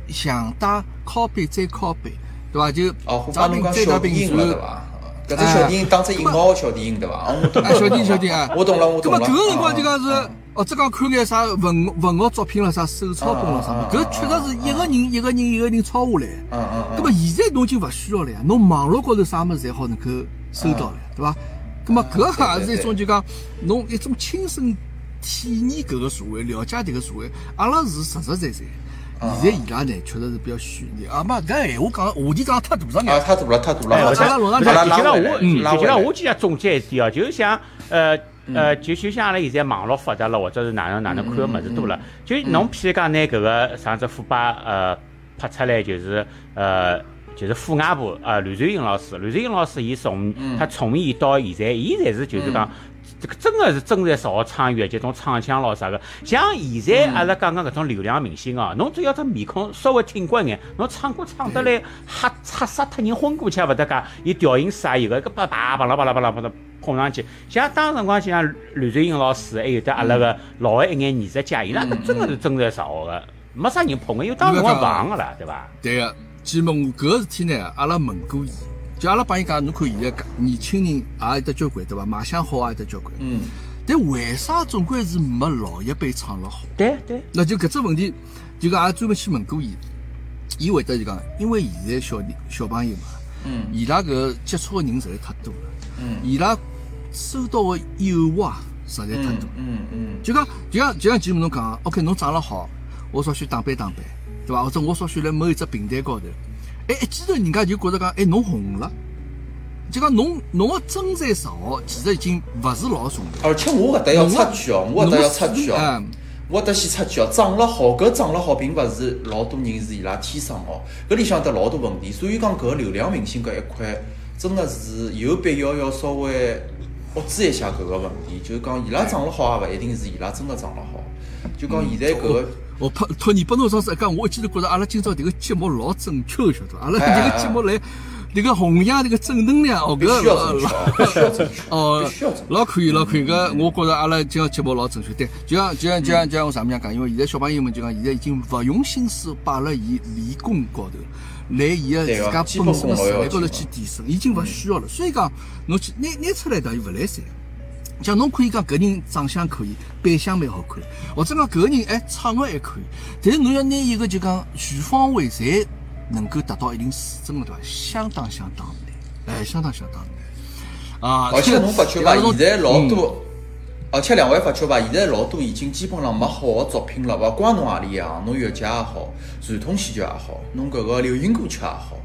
Speaker 1: 想打 copy 再 copy，对伐？就
Speaker 3: 哦，虎
Speaker 1: 张
Speaker 3: 侬
Speaker 1: 饼
Speaker 3: 讲
Speaker 1: 再
Speaker 3: 小
Speaker 1: 张
Speaker 3: 电
Speaker 1: 饼哎
Speaker 3: 影了哦对
Speaker 1: 然后
Speaker 3: 伐？搿只小电影当成引号小电影对伐？啊我懂了，
Speaker 1: 啊小电影小电影啊
Speaker 3: 我懂了，我
Speaker 1: 咁
Speaker 3: 懂
Speaker 1: 么
Speaker 3: 了。
Speaker 1: 搿个辰光就讲
Speaker 3: 啊啊
Speaker 1: 是，哦，只讲看眼啥文文学作品了，啥手抄本了啥
Speaker 3: 啊
Speaker 1: 么，搿确实是一个人一个人一个人抄下来。
Speaker 3: 嗯嗯嗯
Speaker 1: 咁么现在侬已经勿需要了呀，侬网络高头啥物事侪好能够收到了呀，对伐？咁么搿也是一种就讲侬一种亲身体验搿个社会，了解迭个社会，阿拉是实实在在。现在伊拉呢，确实是比较虚拟。啊嘛，搿闲话讲话题讲太大上
Speaker 3: 啊，
Speaker 1: 眼，
Speaker 3: 太大了，太大
Speaker 2: 哎，
Speaker 3: 了。
Speaker 2: 勿是，
Speaker 1: 阿拉
Speaker 2: 勿
Speaker 1: 老
Speaker 2: 是，
Speaker 1: 上讲
Speaker 2: 就
Speaker 3: 拉
Speaker 2: 就
Speaker 3: 拉
Speaker 2: 像
Speaker 3: 回
Speaker 2: 我，
Speaker 3: 来
Speaker 2: 嗯，
Speaker 3: 拉
Speaker 2: 就
Speaker 3: 回来嗯
Speaker 2: 像我今天总结一点哦，就是像呃呃，就就像阿拉现在网络发达了，或者是哪能哪能看个物事多
Speaker 3: 嗯
Speaker 2: 了，就侬譬如讲拿搿个上只虎爸呃拍出来，就是呃。就是户外部啊，吕传英老师，吕传英老师，伊从
Speaker 3: 嗯
Speaker 2: 他从艺到现在，伊侪是就是讲，这个真的是真材实学创意，就种唱腔咯啥个。像现在阿拉讲讲搿种流量明星哦，侬只要只面孔稍微挺过一眼，侬唱歌唱得来，吓吓杀脱人昏过去也勿得讲，伊调音师也有个，搿叭叭叭啦叭啦叭啦叭啦碰上去。像当时辰光，像吕传英老师，还有得阿拉个老的一眼艺术家，伊拉搿真的是真材实学个，没啥人碰个，因为当时辰光勿行个啦，对伐？
Speaker 1: 对个。基本我搿事体呢，阿拉问过伊，就阿拉帮伊讲，侬看现在搿年轻人也有得交关，对伐？卖相好也有得交关，
Speaker 3: 嗯，
Speaker 1: 但为啥总归是没老一辈唱了好？
Speaker 2: 对对，
Speaker 1: 那就搿只问题，就讲也专门去问过伊，伊回答就讲，因为现在小小朋友嘛，
Speaker 3: 嗯，
Speaker 1: 伊拉搿接触个人实在太多了，
Speaker 3: 嗯，
Speaker 1: 伊拉收到个诱惑啊实在太多了，
Speaker 3: 嗯嗯
Speaker 1: 就讲就像就像前面侬讲，OK，侬长了好，我少许打扮打扮，对伐？或者我少许辣某一只平台高头，哎，一记头人家就觉着讲，哎，侬红了，就讲侬侬个真材实学，其实已经勿是老重要。
Speaker 3: 而且哦我搿搭要插句哦，我搿搭要插句
Speaker 1: 侬
Speaker 3: 哦
Speaker 1: 嗯。
Speaker 3: 我得先插句哦，长了好，搿长了好，并勿是老多人是伊拉天生哦，搿里向得老多问题，所以讲搿流量明星搿一块，真的是有必要要稍微遏制一下搿个问题，就是讲伊拉长了好也勿一定是伊拉真的长了好，就讲现在搿个。
Speaker 1: 我怕托你，拨侬上次一讲，我一记头觉着阿拉今朝迭个节目老正确，晓得伐？阿拉
Speaker 3: 哎
Speaker 1: 迭个节目来，迭个弘扬迭个正能量，哦，
Speaker 3: 必
Speaker 1: 搿
Speaker 3: 须哎要正确
Speaker 1: 老，
Speaker 3: 必须要正确，
Speaker 1: 哦
Speaker 3: 必须要正，确。
Speaker 1: 老可以，老可以。搿我觉着阿拉今朝节目老正确，对。就像就像就像就像我上面讲，因为现在小朋友们就讲，现在已经勿用心思摆辣伊理工高头，来伊个自
Speaker 3: 对
Speaker 1: 家
Speaker 3: 个
Speaker 1: 本
Speaker 3: 基
Speaker 1: 身
Speaker 3: 本
Speaker 1: 个
Speaker 3: 功
Speaker 1: 实
Speaker 3: 老要
Speaker 1: 力高头
Speaker 3: 紧
Speaker 1: 去提升，已经勿需要了。所以讲，侬去拿拿出来的伊勿来三。像侬可以讲搿人长相可以，扮相蛮好看，或者讲搿个人哎唱个还可以，但是侬要拿一个就讲全方位侪能够达到一定水准个对伐？相当相当难，哎，相当相当难啊！
Speaker 3: 而且侬发觉吧，
Speaker 1: 阿拉侬
Speaker 3: 现在老
Speaker 1: 嗯
Speaker 3: 多，而且两位发觉吧，现在老多已经基本上没好的作品了，勿光侬何里行，侬越剧也好，传统戏剧也好，侬搿个流行歌曲也好。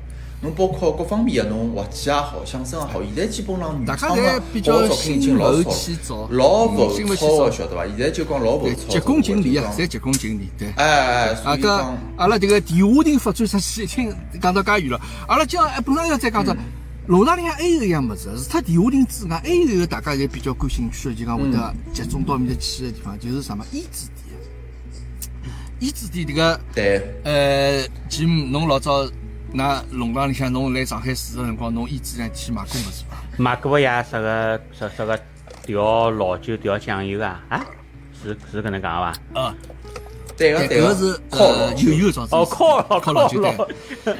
Speaker 3: 侬包括各方面的侬滑稽也好，相声也好，现在基本上女
Speaker 1: 大家
Speaker 3: 唱的
Speaker 1: 侪
Speaker 3: 好
Speaker 1: 比较
Speaker 3: 作品已经老
Speaker 1: 心浮气
Speaker 3: 少
Speaker 1: 躁
Speaker 3: 了，老
Speaker 1: 嗯
Speaker 3: 浮
Speaker 1: 心浮气
Speaker 3: 躁
Speaker 1: 躁
Speaker 3: 的，晓得伐？现在就讲老浮
Speaker 1: 对
Speaker 3: 躁，
Speaker 1: 急功近利啊，
Speaker 3: 就
Speaker 1: 侪
Speaker 3: 讲
Speaker 1: 急功近利，对。
Speaker 3: 哎哎，
Speaker 1: 啊，
Speaker 3: 所以
Speaker 1: 搿
Speaker 3: 讲，
Speaker 1: 阿拉迭个电话亭发展出去，已经讲到介远了。阿拉今朝还本来要再
Speaker 2: 嗯
Speaker 1: 讲只，楼上里向还有一样物事，除脱电话亭之外，还有一个大家侪比较感兴趣的，就讲会得
Speaker 2: 嗯
Speaker 1: 集中到面搭去的地方，就是啥么胭脂店。胭脂店迭个，
Speaker 3: 对。
Speaker 1: 呃，吉姆，侬老早㑚弄堂里向，侬来上海住个辰光，侬胭脂店去买过物事伐？
Speaker 2: 买过呀，啥个啥啥个调老酒调酱油啊啊，是是搿能讲伐？
Speaker 1: 啊，
Speaker 3: 对个
Speaker 1: 搿
Speaker 3: 对
Speaker 1: 个
Speaker 3: 个
Speaker 1: 是，
Speaker 3: 靠
Speaker 1: 呃，有有装置。
Speaker 2: 哦，靠了
Speaker 1: 靠
Speaker 2: 了
Speaker 1: 老酒对。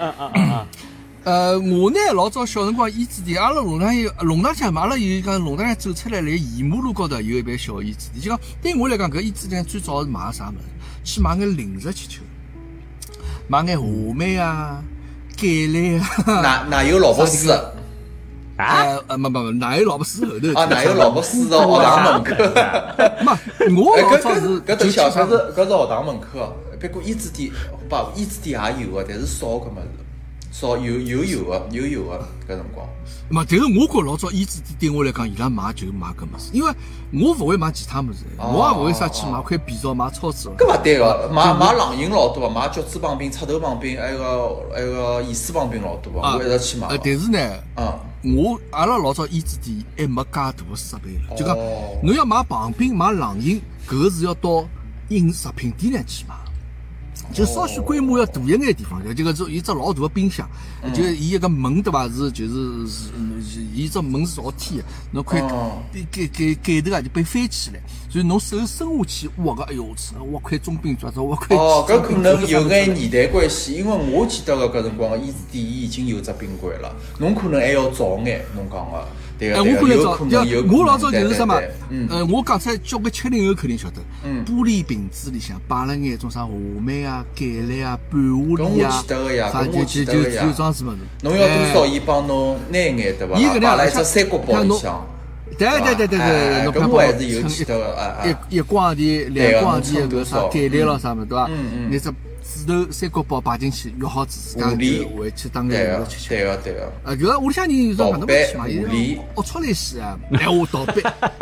Speaker 1: 呃，我呢老早小辰光胭脂店，阿拉弄堂有弄堂向嘛，阿拉有讲弄堂向走出来，来沿马路高头有一爿小胭脂店。就讲对我来讲，搿胭脂店最早是买啥物事？去买眼零食去吃。买眼话梅啊、橄榄啊，
Speaker 3: 哪哪有老婆屎的
Speaker 2: 啊，
Speaker 1: 呃呃，没没没，哪有老婆是后头
Speaker 3: 啊？哪有老婆哦 屎的
Speaker 1: 啊
Speaker 3: 学堂门口？
Speaker 1: 没，我
Speaker 3: 哎，
Speaker 1: 老
Speaker 3: 搿
Speaker 1: 早是
Speaker 3: 搿搿
Speaker 1: 就
Speaker 3: 等
Speaker 1: 去
Speaker 3: 小搿
Speaker 1: 上
Speaker 3: 是搿是学堂门口哦，别过胭脂店，不胭脂店也有个，但是少搿物事，少有有有个有有个搿辰光。
Speaker 1: 嘛，但是我觉老早胭脂店对我来讲，伊拉买就买搿物事，因为我勿会买其他物事，
Speaker 3: 哦
Speaker 1: 我也勿会啥去买块肥皂、买钞纸。
Speaker 3: 搿勿对个，买买冷饮老多个，买脚趾棒冰、插头棒冰，还有个还有个盐水棒冰老多个，
Speaker 1: 啊
Speaker 3: 我一直去买
Speaker 1: 呃，
Speaker 3: 个。
Speaker 1: 但是呢，
Speaker 3: 嗯，
Speaker 1: 我阿拉老早胭脂店还没介大个设备，就讲
Speaker 3: 哦
Speaker 1: 侬要买棒冰、买冷饮，搿个是要到饮食品店里去买。
Speaker 3: 哦
Speaker 1: 就稍许规模要大一眼的地方，就这个是伊只老大个冰箱，
Speaker 3: 嗯
Speaker 1: 就伊一个门对伐？是就是是，伊只门是朝天的，侬可以
Speaker 3: 哦
Speaker 1: 盖盖盖头啊就被翻起来，所以侬手伸下去挖个，哎哟，挖块中冰砖，挖块
Speaker 3: 哦，搿
Speaker 1: 中
Speaker 3: 可
Speaker 1: 冰
Speaker 3: 能
Speaker 1: 砖
Speaker 3: 有眼年代关系，因为我记得个搿辰光个胭脂店伊已经有只冰柜了，侬可能还要早眼，侬讲个。对
Speaker 1: 哎，
Speaker 3: 个，
Speaker 1: 我
Speaker 3: 对
Speaker 1: 可
Speaker 3: 个，
Speaker 1: 能
Speaker 3: 有
Speaker 1: 早
Speaker 3: 可，能有
Speaker 1: 要
Speaker 3: 可能。
Speaker 1: 我老早就
Speaker 3: 对
Speaker 1: 是
Speaker 3: 对
Speaker 1: 什么
Speaker 3: 对嗯，
Speaker 1: 呃，我刚才交关七零后肯定晓得
Speaker 3: 嗯，
Speaker 1: 玻璃瓶子里向摆了眼种啥话梅啊、橄榄啊、半
Speaker 3: 搿
Speaker 1: 夏
Speaker 3: 我
Speaker 1: 梨啊
Speaker 3: 记得个呀，，
Speaker 1: 啥
Speaker 3: 搿
Speaker 1: 就
Speaker 3: 我
Speaker 1: 就
Speaker 3: 记
Speaker 1: 就
Speaker 3: 得个呀
Speaker 1: 就装子么子。
Speaker 3: 侬要多少，
Speaker 1: 哎
Speaker 3: 伊帮侬拿眼对伐？
Speaker 1: 伊搿能
Speaker 3: 摆
Speaker 1: 样
Speaker 3: 了一
Speaker 1: 像
Speaker 3: 只三角包
Speaker 1: 像
Speaker 3: 里
Speaker 1: 侬
Speaker 3: 向，
Speaker 1: 对对对对
Speaker 3: 哎
Speaker 1: 对，
Speaker 3: 哎
Speaker 1: 侬
Speaker 3: 搿
Speaker 1: 看
Speaker 3: 我
Speaker 1: 帮
Speaker 3: 还
Speaker 1: 我
Speaker 3: 是有
Speaker 1: 称
Speaker 3: 记
Speaker 1: 一
Speaker 3: 得个哎哎
Speaker 1: 一一光钿、
Speaker 3: 对啊
Speaker 1: 两
Speaker 3: 个
Speaker 1: 光
Speaker 3: 侬
Speaker 1: 钿
Speaker 3: 称
Speaker 1: 搿
Speaker 3: 多
Speaker 1: 啥
Speaker 3: 少
Speaker 1: 橄榄咯啥么对伐？
Speaker 3: 嗯嗯
Speaker 1: 拿只指头三角包摆进去，约好自家
Speaker 3: 狐狸
Speaker 1: 就回去当
Speaker 3: 对啊
Speaker 1: 眼
Speaker 3: 个
Speaker 1: 头吃，吃。
Speaker 3: 对个，对个。
Speaker 1: 啊，搿个屋里向人有种
Speaker 3: 盗
Speaker 1: 哪能
Speaker 3: 版
Speaker 1: 去嘛？
Speaker 3: 狐
Speaker 1: 伊拉
Speaker 3: 狸
Speaker 1: 龌龊来死啊！哎，我盗版。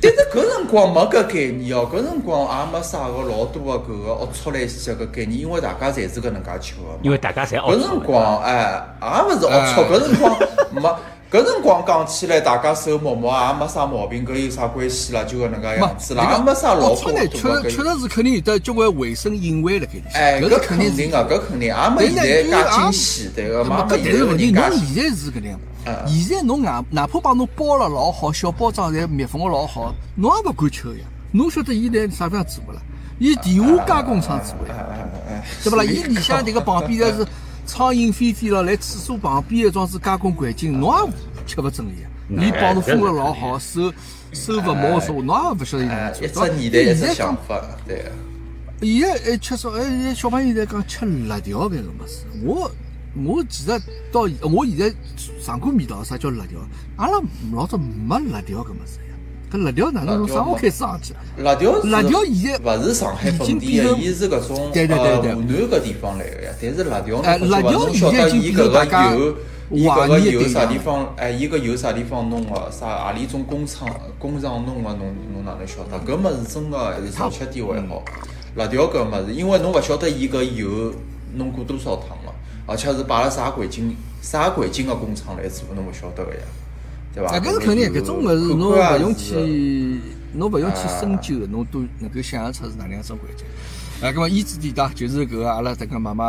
Speaker 3: 但是搿辰光没搿概念哦，搿辰光也没啥个老多个搿个龌龊来西搿概念，因为大家侪是搿能介吃
Speaker 2: 因
Speaker 3: 个嘛。
Speaker 2: 为大家哦侪
Speaker 3: 搿辰光哎，也勿是龌龊，搿辰光没，搿辰光讲起来，大家手摸摸也没啥毛病，搿有啥关系啦？就搿能介
Speaker 1: 没哦
Speaker 3: 样子啦，也没啥老啊
Speaker 1: 龌龊呢，确
Speaker 3: 多
Speaker 1: 实确
Speaker 3: 搿。
Speaker 1: 实是肯定有得交关卫生隐患辣盖里向。
Speaker 3: 哎，
Speaker 1: 是
Speaker 3: 搿
Speaker 1: 肯
Speaker 3: 肯
Speaker 1: 定
Speaker 3: 定个，搿肯定也没
Speaker 1: 但是
Speaker 3: 现在介
Speaker 1: 因为也
Speaker 3: 精细，对
Speaker 1: 搿
Speaker 3: 个，
Speaker 1: 嘛
Speaker 3: 嘛
Speaker 1: 搿
Speaker 3: 没
Speaker 1: 但是问题，
Speaker 3: 现
Speaker 1: 侬
Speaker 3: 在搿介
Speaker 1: 现在是搿能样
Speaker 3: 嗯。
Speaker 1: 现在侬哪哪怕帮侬包了老好，小包装侪密封了老好，侬也勿敢吃呀。侬晓得伊拿啥地方做勿啦？伊地下加工厂做呀，
Speaker 3: 哎
Speaker 1: 对勿啦？伊里向迭个旁边侪是 苍蝇飞飞了，来厕所旁边的装是加工环 境，侬也吃勿准伊呀。伊帮侬封了老好，收收勿毛的时候，侬也勿晓得伊哪
Speaker 3: 哎
Speaker 1: 能做
Speaker 3: 一
Speaker 1: 对
Speaker 3: 只
Speaker 1: 伐。现
Speaker 3: 年代一只
Speaker 1: 在
Speaker 3: 想
Speaker 1: 讲
Speaker 3: 法，对啊个。
Speaker 1: 现在还吃少，哎，现在小朋友在讲吃辣条搿个物事。我我其实到现我现在尝过味道，啥叫辣条？阿拉老早没辣条搿物事呀。搿辣条哪能从啥辰
Speaker 3: 辣条没
Speaker 1: 光开始上去？
Speaker 3: 辣条是
Speaker 1: 辣条现在
Speaker 3: 勿是上海本
Speaker 1: 已经
Speaker 3: 地
Speaker 1: 变
Speaker 3: 的，
Speaker 1: 成
Speaker 3: 伊是搿种
Speaker 1: 对对对
Speaker 3: 呃
Speaker 1: 对
Speaker 3: 湖南搿地方来个呀。但是辣条
Speaker 1: 哎
Speaker 3: 呢，侬
Speaker 1: 辣条
Speaker 3: 侬晓
Speaker 1: 现在
Speaker 3: 得
Speaker 1: 已经
Speaker 3: 伊搿
Speaker 1: 变成大
Speaker 3: 个
Speaker 1: 家
Speaker 3: 油，伊搿个
Speaker 1: 怀疑的
Speaker 3: 油
Speaker 1: 对
Speaker 3: 啥
Speaker 1: 象
Speaker 3: 地方？哎，伊搿油啥地方弄个？啥何里种工厂工厂弄个？侬侬哪能晓得？搿物事真个还是少吃点
Speaker 1: 嗯
Speaker 3: 还好。辣条搿物事，因为侬勿晓得伊搿油弄过多少趟了，而且是摆辣啥环境、啥环境个工厂来做，侬勿晓得个呀，对伐？
Speaker 1: 啊，搿是肯定，搿种物事侬
Speaker 3: 看看
Speaker 1: 勿
Speaker 3: 也
Speaker 1: 用
Speaker 3: 啊是啊
Speaker 1: 去，侬勿用去深究，侬都能够想象出是哪能样种环境。啊，搿么胭脂店当就是搿个阿拉迭个妈妈，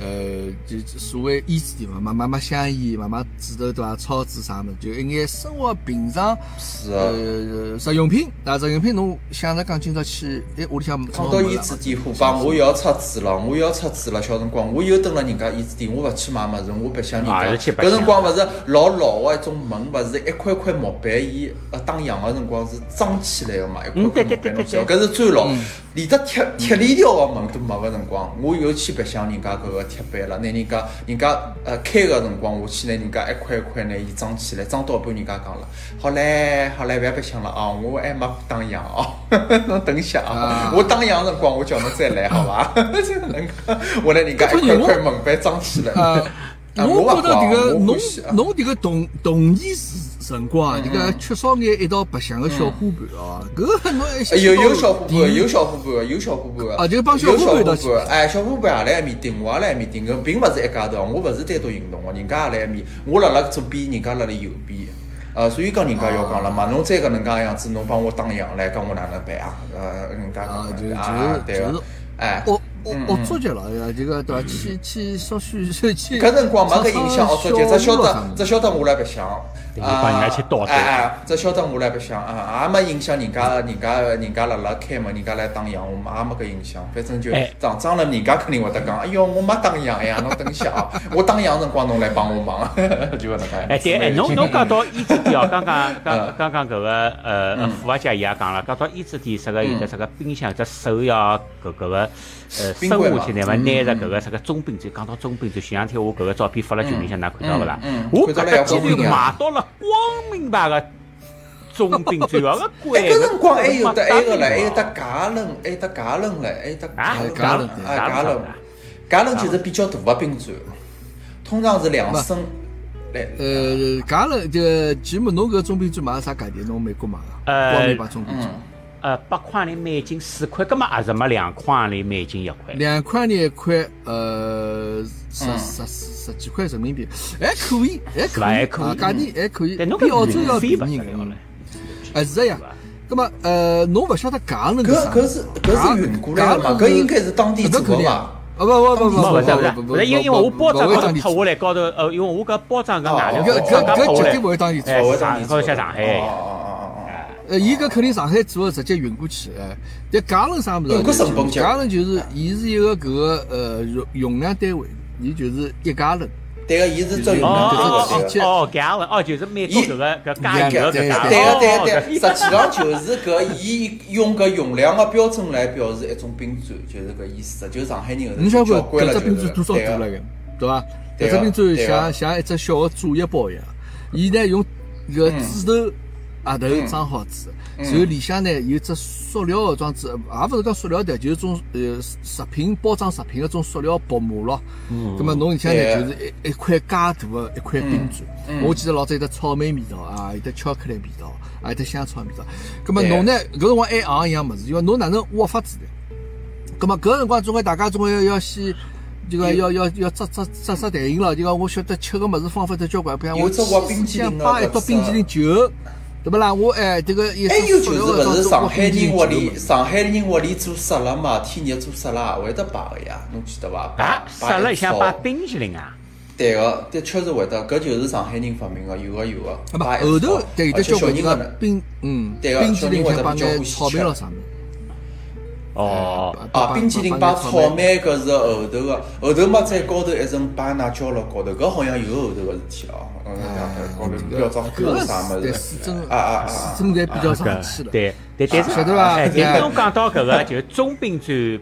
Speaker 1: 呃，就就所谓胭脂店嘛，妈妈买香烟，妈妈纸头对伐，草纸啥物事，就一眼生活平常，
Speaker 3: 是啊
Speaker 1: 呃，日用品，啊，日用品侬想着讲今朝去，哎，屋里向
Speaker 3: 讲到胭脂店，虎爸，我又要出纸了，我又要出纸了。小辰光，我又蹲辣人家胭脂店，我勿去买物事，我白相人
Speaker 2: 啊是
Speaker 3: 家。
Speaker 2: 去白
Speaker 3: 搿
Speaker 2: 相
Speaker 3: 辰光勿是老老个一种门，勿是一块块木板，伊呃打烊个辰光是装起来个嘛，一块
Speaker 2: 嗯对
Speaker 3: 块木
Speaker 2: 对
Speaker 3: 板，
Speaker 2: 对
Speaker 3: 侬晓得
Speaker 2: 对
Speaker 3: 搿是最老，连只铁铁链条个门都没个辰光，我又去白相人家搿个铁板了，拿人家人家呃开个辰光，我去拿人家一块一块拿伊装起来，装到一半人家讲了，好唻好唻，勿要白相了啊，我还没打烊哦，侬等一下啊
Speaker 1: 啊，
Speaker 3: 我打烊辰光我叫侬再来好伐？这个能讲，我拿人家一块块门板装起来。
Speaker 1: 呃，
Speaker 3: 啊
Speaker 1: 我觉得迭个
Speaker 3: 我勿管我
Speaker 1: 侬
Speaker 3: 欢喜啊
Speaker 1: 侬迭个童童年时辰光
Speaker 3: 嗯
Speaker 1: 啊，迭个缺少眼一道白相个小伙伴哦，搿个侬还
Speaker 3: 哎
Speaker 1: 想
Speaker 3: 有
Speaker 1: 到
Speaker 3: 有小伙伴，
Speaker 1: 第一
Speaker 3: 有小伙伴，有小伙伴
Speaker 1: 啊就帮小
Speaker 3: 有
Speaker 1: 伙
Speaker 3: 小
Speaker 1: 伴
Speaker 3: 伙
Speaker 1: 一道去
Speaker 3: 伴。哎，小伙伴也来埃面顶，我也来埃面顶，搿并勿是一家头，我勿是单独行动个，人家也来埃面，我辣辣左边，人家辣辣右边。啊，所以讲人家要讲了嘛，
Speaker 1: 啊
Speaker 3: 侬再搿能介样子，侬帮我打烊来，讲我哪能办啊？呃，人家
Speaker 1: 啊，就
Speaker 3: 讲
Speaker 1: 就
Speaker 3: 啊，对
Speaker 1: 就
Speaker 3: 个
Speaker 1: 是，
Speaker 3: 哎，
Speaker 1: 恶恶恶作剧了，哎呀，迭个对伐？去去稍许去去，
Speaker 3: 嗯搿辰光没搿印象，哦，作剧，只晓
Speaker 1: 小
Speaker 3: 得
Speaker 1: 屋
Speaker 3: 只晓得我来白相，
Speaker 2: 对
Speaker 3: 啊
Speaker 2: 帮人家去倒对
Speaker 3: 哎哎，只晓得我来白相啊，也没印象人家人家人家辣辣开门，人家来打烊，我们也没搿印象，反正就
Speaker 2: 哎
Speaker 3: 长长了，人家肯定会得讲，哎哟，我没打烊呀，侬等一下啊，我打烊辰光侬来帮我忙， 就搿能介。
Speaker 2: 哎，对，哎，侬侬讲到胭脂店哦，刚刚刚刚刚搿个呃
Speaker 3: 嗯，
Speaker 2: 富阿姐伊也讲了，讲到胭脂店，啥个有
Speaker 3: 嗯
Speaker 2: 的啥个冰箱，只手呀，搿搿个呃呃
Speaker 3: 宾
Speaker 2: 深
Speaker 3: 馆
Speaker 2: 下
Speaker 3: 嘛
Speaker 2: 去，乃末拿着搿个啥个中冰酒，讲到中冰酒，前两天我搿个照片发辣群里向，㑚看到勿啦
Speaker 3: 嗯嗯？
Speaker 2: 我
Speaker 3: 看到
Speaker 2: 搿
Speaker 3: 了呀
Speaker 2: 搭
Speaker 1: 光明
Speaker 2: 竟然
Speaker 1: 啊
Speaker 2: 买到了光明牌个中冰酒啊！搿
Speaker 3: 哎，
Speaker 2: 贵，
Speaker 3: 搿辰光还有得
Speaker 2: 得
Speaker 3: 埃个唻，还有得假冷，还有得假冷唻，还有得
Speaker 2: 啊
Speaker 1: 假
Speaker 3: 假
Speaker 1: 冷
Speaker 3: 冷
Speaker 1: 对
Speaker 3: 啊
Speaker 2: 假
Speaker 3: 假
Speaker 2: 冷
Speaker 3: 冷，假冷其实比较大个冰砖，通常是两升，来
Speaker 1: 呃，假了就吉姆侬搿中冰酒买啥价钿？侬美国买个？
Speaker 2: 呃
Speaker 1: 光明牌中冰酒，
Speaker 2: 呃，八块钿美金四块，葛末也是没两块钿美金一块。
Speaker 1: 两块钿一块，呃，十十十几块人民币，还可以，还
Speaker 2: 吧
Speaker 1: 可以，
Speaker 2: 还可以
Speaker 1: 啊，价钿还可以，
Speaker 2: 但侬
Speaker 1: 比澳洲要
Speaker 2: 运
Speaker 1: 便
Speaker 2: 费勿
Speaker 1: 宜
Speaker 2: 得
Speaker 1: 个。
Speaker 2: 了
Speaker 1: 嗯
Speaker 2: 嘞。
Speaker 1: 哎，是这样
Speaker 2: 是吧。
Speaker 1: 那么，呃，侬勿晓得假冷
Speaker 3: 搿
Speaker 1: 啥？
Speaker 3: 搿是搿是运过来的嘛？搿应该是当地做
Speaker 1: 搿肯
Speaker 3: 的
Speaker 1: 定
Speaker 3: 伐？
Speaker 1: 啊不不不不
Speaker 2: 没勿是勿
Speaker 1: 不
Speaker 2: 是
Speaker 1: 不
Speaker 2: 勿
Speaker 1: 不，
Speaker 2: 是，因为因为我包装
Speaker 1: 不
Speaker 2: 高
Speaker 1: 会
Speaker 2: 头
Speaker 1: 当地
Speaker 2: 拍
Speaker 1: 做
Speaker 2: 下来高头，呃，因为我搿包装搿外头
Speaker 3: 哦
Speaker 1: 搿
Speaker 3: 包装
Speaker 1: 搿
Speaker 2: 拍
Speaker 1: 搿
Speaker 2: 下
Speaker 1: 绝
Speaker 2: 来
Speaker 1: 对，勿会当地做
Speaker 2: 哎。
Speaker 3: 勿会
Speaker 2: 上
Speaker 3: 当地
Speaker 2: 好
Speaker 3: 做
Speaker 2: 像上海一
Speaker 3: 哦
Speaker 2: 样。
Speaker 3: 哦哦哦哦，
Speaker 1: 呃，伊搿肯定上海做的直接运过去，哎，但假冷啥物事？
Speaker 3: 有个成本价
Speaker 1: 假冷就是伊是一个搿个呃容容量单位，伊就是一假冷。
Speaker 3: 对个，伊是只用
Speaker 2: 哦
Speaker 3: 量
Speaker 2: 哦
Speaker 3: 就是
Speaker 2: 哦
Speaker 3: 这
Speaker 1: 对
Speaker 3: 个。
Speaker 2: 哦，搿样的哦，就是美国搿个搿加油搿
Speaker 1: 对啊
Speaker 2: 加
Speaker 3: 对个对
Speaker 2: 哦
Speaker 3: 个对个，实际上就是搿伊用搿用量个标准来表示一种冰砖，就是搿意思。就上海人
Speaker 1: 你
Speaker 3: 晓
Speaker 1: 想
Speaker 3: 得
Speaker 1: 看
Speaker 3: 交关
Speaker 1: 搿
Speaker 3: 了，
Speaker 1: 只
Speaker 3: 就
Speaker 1: 冰
Speaker 3: 是
Speaker 1: 柱多少
Speaker 3: 对
Speaker 1: 大
Speaker 3: 个
Speaker 1: 了。个，对伐？
Speaker 3: 对
Speaker 1: 搿只
Speaker 3: 个
Speaker 1: 冰柱
Speaker 3: 对啊
Speaker 1: 像
Speaker 3: 个
Speaker 1: 像一只小个作业包一样，伊呢用
Speaker 3: 嗯
Speaker 1: 搿纸头盒头装好子，然后里向呢有只塑料个装置，也勿是讲塑料袋，就是种呃食品包装食品个种塑料薄膜咯。嗯。葛末侬里向呢
Speaker 3: 对啊嗯
Speaker 1: 就是一一块介大个一块冰柱，我记得老早有得草莓味道啊，有得巧克力味道，啊有得香草味道。葛末
Speaker 3: 对啊
Speaker 1: 侬呢搿辰光还行一样物事，因为侬哪能挖法子呢？咁么搿辰光总归大家总归要要先，就讲要要要扎扎扎扎台型了，就讲我晓得吃个物事方法得交关，比方
Speaker 3: 有
Speaker 1: 我
Speaker 3: 只挖冰淇淋
Speaker 1: 想
Speaker 3: 的
Speaker 1: 摆一
Speaker 3: 搿
Speaker 1: 道
Speaker 3: 是
Speaker 1: 冰淇淋球，对不啦？我哎这个一
Speaker 3: 还有就是勿是上海人屋里，
Speaker 1: 是
Speaker 3: 上海人屋里做沙拉嘛，天热做沙拉也会得摆个呀，侬记得伐？
Speaker 2: 啊，
Speaker 3: 摆
Speaker 2: 杀了一
Speaker 1: 哎
Speaker 2: 下
Speaker 3: 套
Speaker 2: 把冰淇淋啊，
Speaker 3: 对个，的确是会得，搿就是上海人发明个，有个有个。
Speaker 1: 啊
Speaker 3: 摆一
Speaker 1: 不，后头
Speaker 3: 套
Speaker 1: 对有
Speaker 3: 哦
Speaker 1: 得
Speaker 3: 而且
Speaker 1: 交关
Speaker 3: 小人
Speaker 1: 人
Speaker 3: 个
Speaker 1: 家
Speaker 3: 呢
Speaker 1: 冰嗯
Speaker 3: 对个
Speaker 1: 冰淇淋
Speaker 3: 小
Speaker 1: 像
Speaker 3: 人会得
Speaker 1: 摆
Speaker 3: 比较
Speaker 1: 眼
Speaker 3: 欢喜
Speaker 1: 草莓
Speaker 3: 吃
Speaker 1: 咯啥物事。
Speaker 2: 哦，
Speaker 3: 啊，冰淇淋摆草
Speaker 1: 草莓，
Speaker 3: 莓搿是后头个，后头嘛再高头一层摆辣椒了高头，搿好像有后头个事体了哦。嗯，高头标张
Speaker 1: 搿
Speaker 3: 歌
Speaker 1: 个
Speaker 3: 啥物
Speaker 1: 是对是
Speaker 3: 事？
Speaker 1: 真
Speaker 3: 啊啊啊！
Speaker 1: 是真在比较上去了。
Speaker 2: 啊对，但但是
Speaker 1: 晓得伐
Speaker 2: 哎，
Speaker 1: 对
Speaker 2: 但
Speaker 1: 啊
Speaker 2: 是侬讲到搿个，就是中冰砖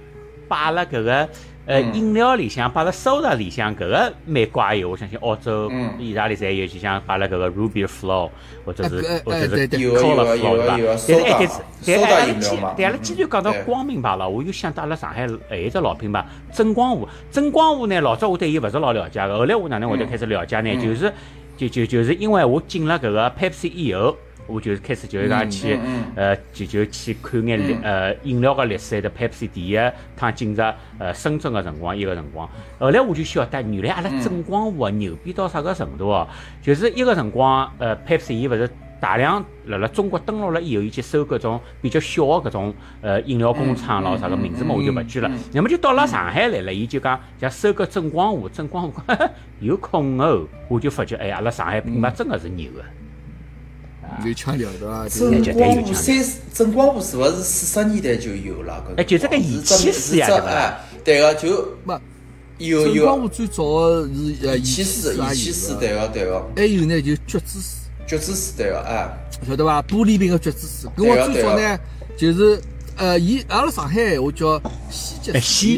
Speaker 2: 摆辣搿个呃饮料里向，摆辣 soda 里向，搿个美国也有，我相信澳洲、意大利侪有，就像摆辣搿个 ruby flow 或者是
Speaker 1: 哎搿
Speaker 2: 或者
Speaker 1: 哎
Speaker 2: 是
Speaker 1: 对对
Speaker 2: cola
Speaker 3: 有
Speaker 2: flow
Speaker 3: 啊有啊
Speaker 2: 对
Speaker 3: 有
Speaker 2: 伐？
Speaker 3: 啊有啊
Speaker 2: 但是哎，
Speaker 3: soda
Speaker 2: 但是但是哎，阿
Speaker 3: soda
Speaker 2: 拉
Speaker 3: 饮料
Speaker 2: 既
Speaker 3: 嘛
Speaker 2: 但阿拉既然讲到
Speaker 3: 嗯对
Speaker 2: 光明牌了，我又想到阿拉上海还有一只老品牌真光湖。真光湖呢，老早我对伊勿是老了解个，后来我哪能会得开始了解呢？就是就就就是因为我进了搿个 Pepsi 以后。我就是开始就是讲去，呃，就就去看眼历呃饮料个历史，的 Pepsi 啊第一趟进入呃深圳个辰光，一个辰光。后来我就晓得，原来阿拉正光湖啊牛逼到啥个程度哦、就是一个辰光，呃，Pepsi 伊勿是大量辣辣中国登陆了以后，伊去收搿种比较小个搿种呃饮料工厂咯啥个名字嘛，我就勿记了。那么就到了上海来了，伊就讲像收购正光湖，正光湖 有空哦，我就发觉哎，阿拉上海品牌真个是牛啊个。
Speaker 1: 有腔调啊对伐？就是
Speaker 3: 真光武三十，真光武是勿是四十年代就有了？搿
Speaker 2: 哎就这个仪器
Speaker 3: 是
Speaker 2: 师
Speaker 3: 只
Speaker 2: 呀对吧
Speaker 3: 哎，对个就
Speaker 1: 嘛，
Speaker 3: 有
Speaker 1: 辰光我
Speaker 3: 有
Speaker 1: 最早的是呃，
Speaker 3: 仪器师，仪器师对个对个，
Speaker 1: 还有呢就橘子水。
Speaker 3: 橘子师对个哎，
Speaker 1: 晓得伐？玻璃瓶个橘子水，搿
Speaker 3: 啊
Speaker 1: 我最早呢，就是呃，伊阿拉上海话叫西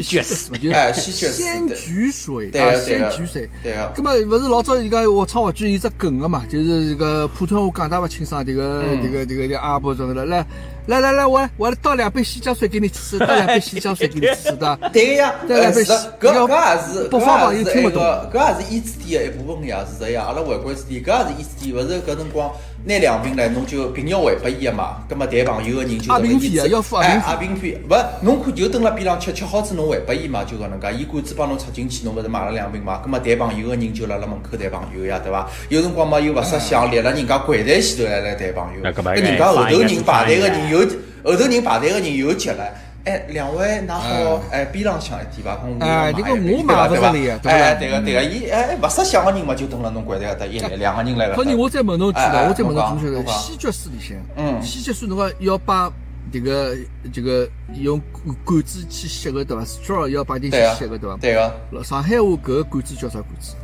Speaker 1: 橘水，
Speaker 2: 哎
Speaker 1: 水就是
Speaker 2: 西橘水
Speaker 3: 哎西橘水
Speaker 1: 仙
Speaker 3: 对
Speaker 1: 菊水
Speaker 3: 对
Speaker 1: 啊，
Speaker 3: 个对
Speaker 1: 仙
Speaker 3: 个
Speaker 1: 菊水。
Speaker 3: 对啊个
Speaker 1: 葛末勿是老早人家我唱话剧有只梗个嘛，就是这个普通话讲得勿清爽，这个
Speaker 3: 嗯
Speaker 1: 这个这个这个阿婆说的来来来来，我我倒两杯西江水给你吃，倒两杯西江水给你吃的。
Speaker 3: 对个呀，
Speaker 1: 对
Speaker 3: 哎
Speaker 1: 对
Speaker 3: 是的，搿
Speaker 1: 要
Speaker 3: 搿也是，
Speaker 1: 北方
Speaker 3: 搿
Speaker 1: 朋
Speaker 3: 也
Speaker 1: 友
Speaker 3: 是
Speaker 1: 听
Speaker 3: 一
Speaker 1: 不
Speaker 3: 个，搿也是胭脂店的一部分呀，是的呀。阿拉回归之地，搿也是胭脂店，勿是搿辰光拿两瓶来，侬就瓶要还拨伊个嘛。葛末谈朋友个人就
Speaker 1: 阿
Speaker 3: 搿
Speaker 1: 瓶费啊要付阿瓶
Speaker 3: 哎
Speaker 1: 费
Speaker 3: 阿瓶费，勿侬看就蹲辣边浪吃，吃好子侬还拨伊嘛，就搿能介。伊管子帮侬插进去，侬勿是买了两瓶嘛。葛末谈朋友个人就辣辣门口谈朋友呀，对伐？有辰光嘛又勿识相，立辣人家柜台前头来来谈朋友。
Speaker 2: 那搿么
Speaker 3: 搿人
Speaker 2: 哎
Speaker 3: 家后头
Speaker 2: 发言
Speaker 3: 人
Speaker 2: 是
Speaker 3: 排队
Speaker 2: 发
Speaker 3: 个
Speaker 2: 言
Speaker 3: 人有后头人排队个人有急了。哎，两位，㑚好，
Speaker 2: 嗯
Speaker 3: 哎，边浪向一点伐？跟我
Speaker 1: 哎这个我
Speaker 3: 买
Speaker 1: 买
Speaker 3: 对
Speaker 1: 不
Speaker 3: 伐
Speaker 1: 着理啊？对不啦
Speaker 3: 哎，对个对个，伊哎勿识相个人嘛，就蹲辣侬柜台搿搭一来，两个人来
Speaker 1: 好，
Speaker 3: 搿
Speaker 1: 你
Speaker 3: 搭。
Speaker 1: 我再问侬句
Speaker 3: 哎
Speaker 1: 了，
Speaker 3: 哎
Speaker 1: 我再问侬
Speaker 3: 侬
Speaker 1: 句晓
Speaker 3: 讲侬
Speaker 1: 得，
Speaker 3: 讲
Speaker 1: 西橘水里向，
Speaker 3: 嗯
Speaker 1: 西橘水侬讲要把这个这个用管管子去吸个对伐？straw 要摆进去
Speaker 3: 对啊个
Speaker 1: 吸个对伐？
Speaker 3: 对个，
Speaker 1: 老上海话搿个管子叫啥管子？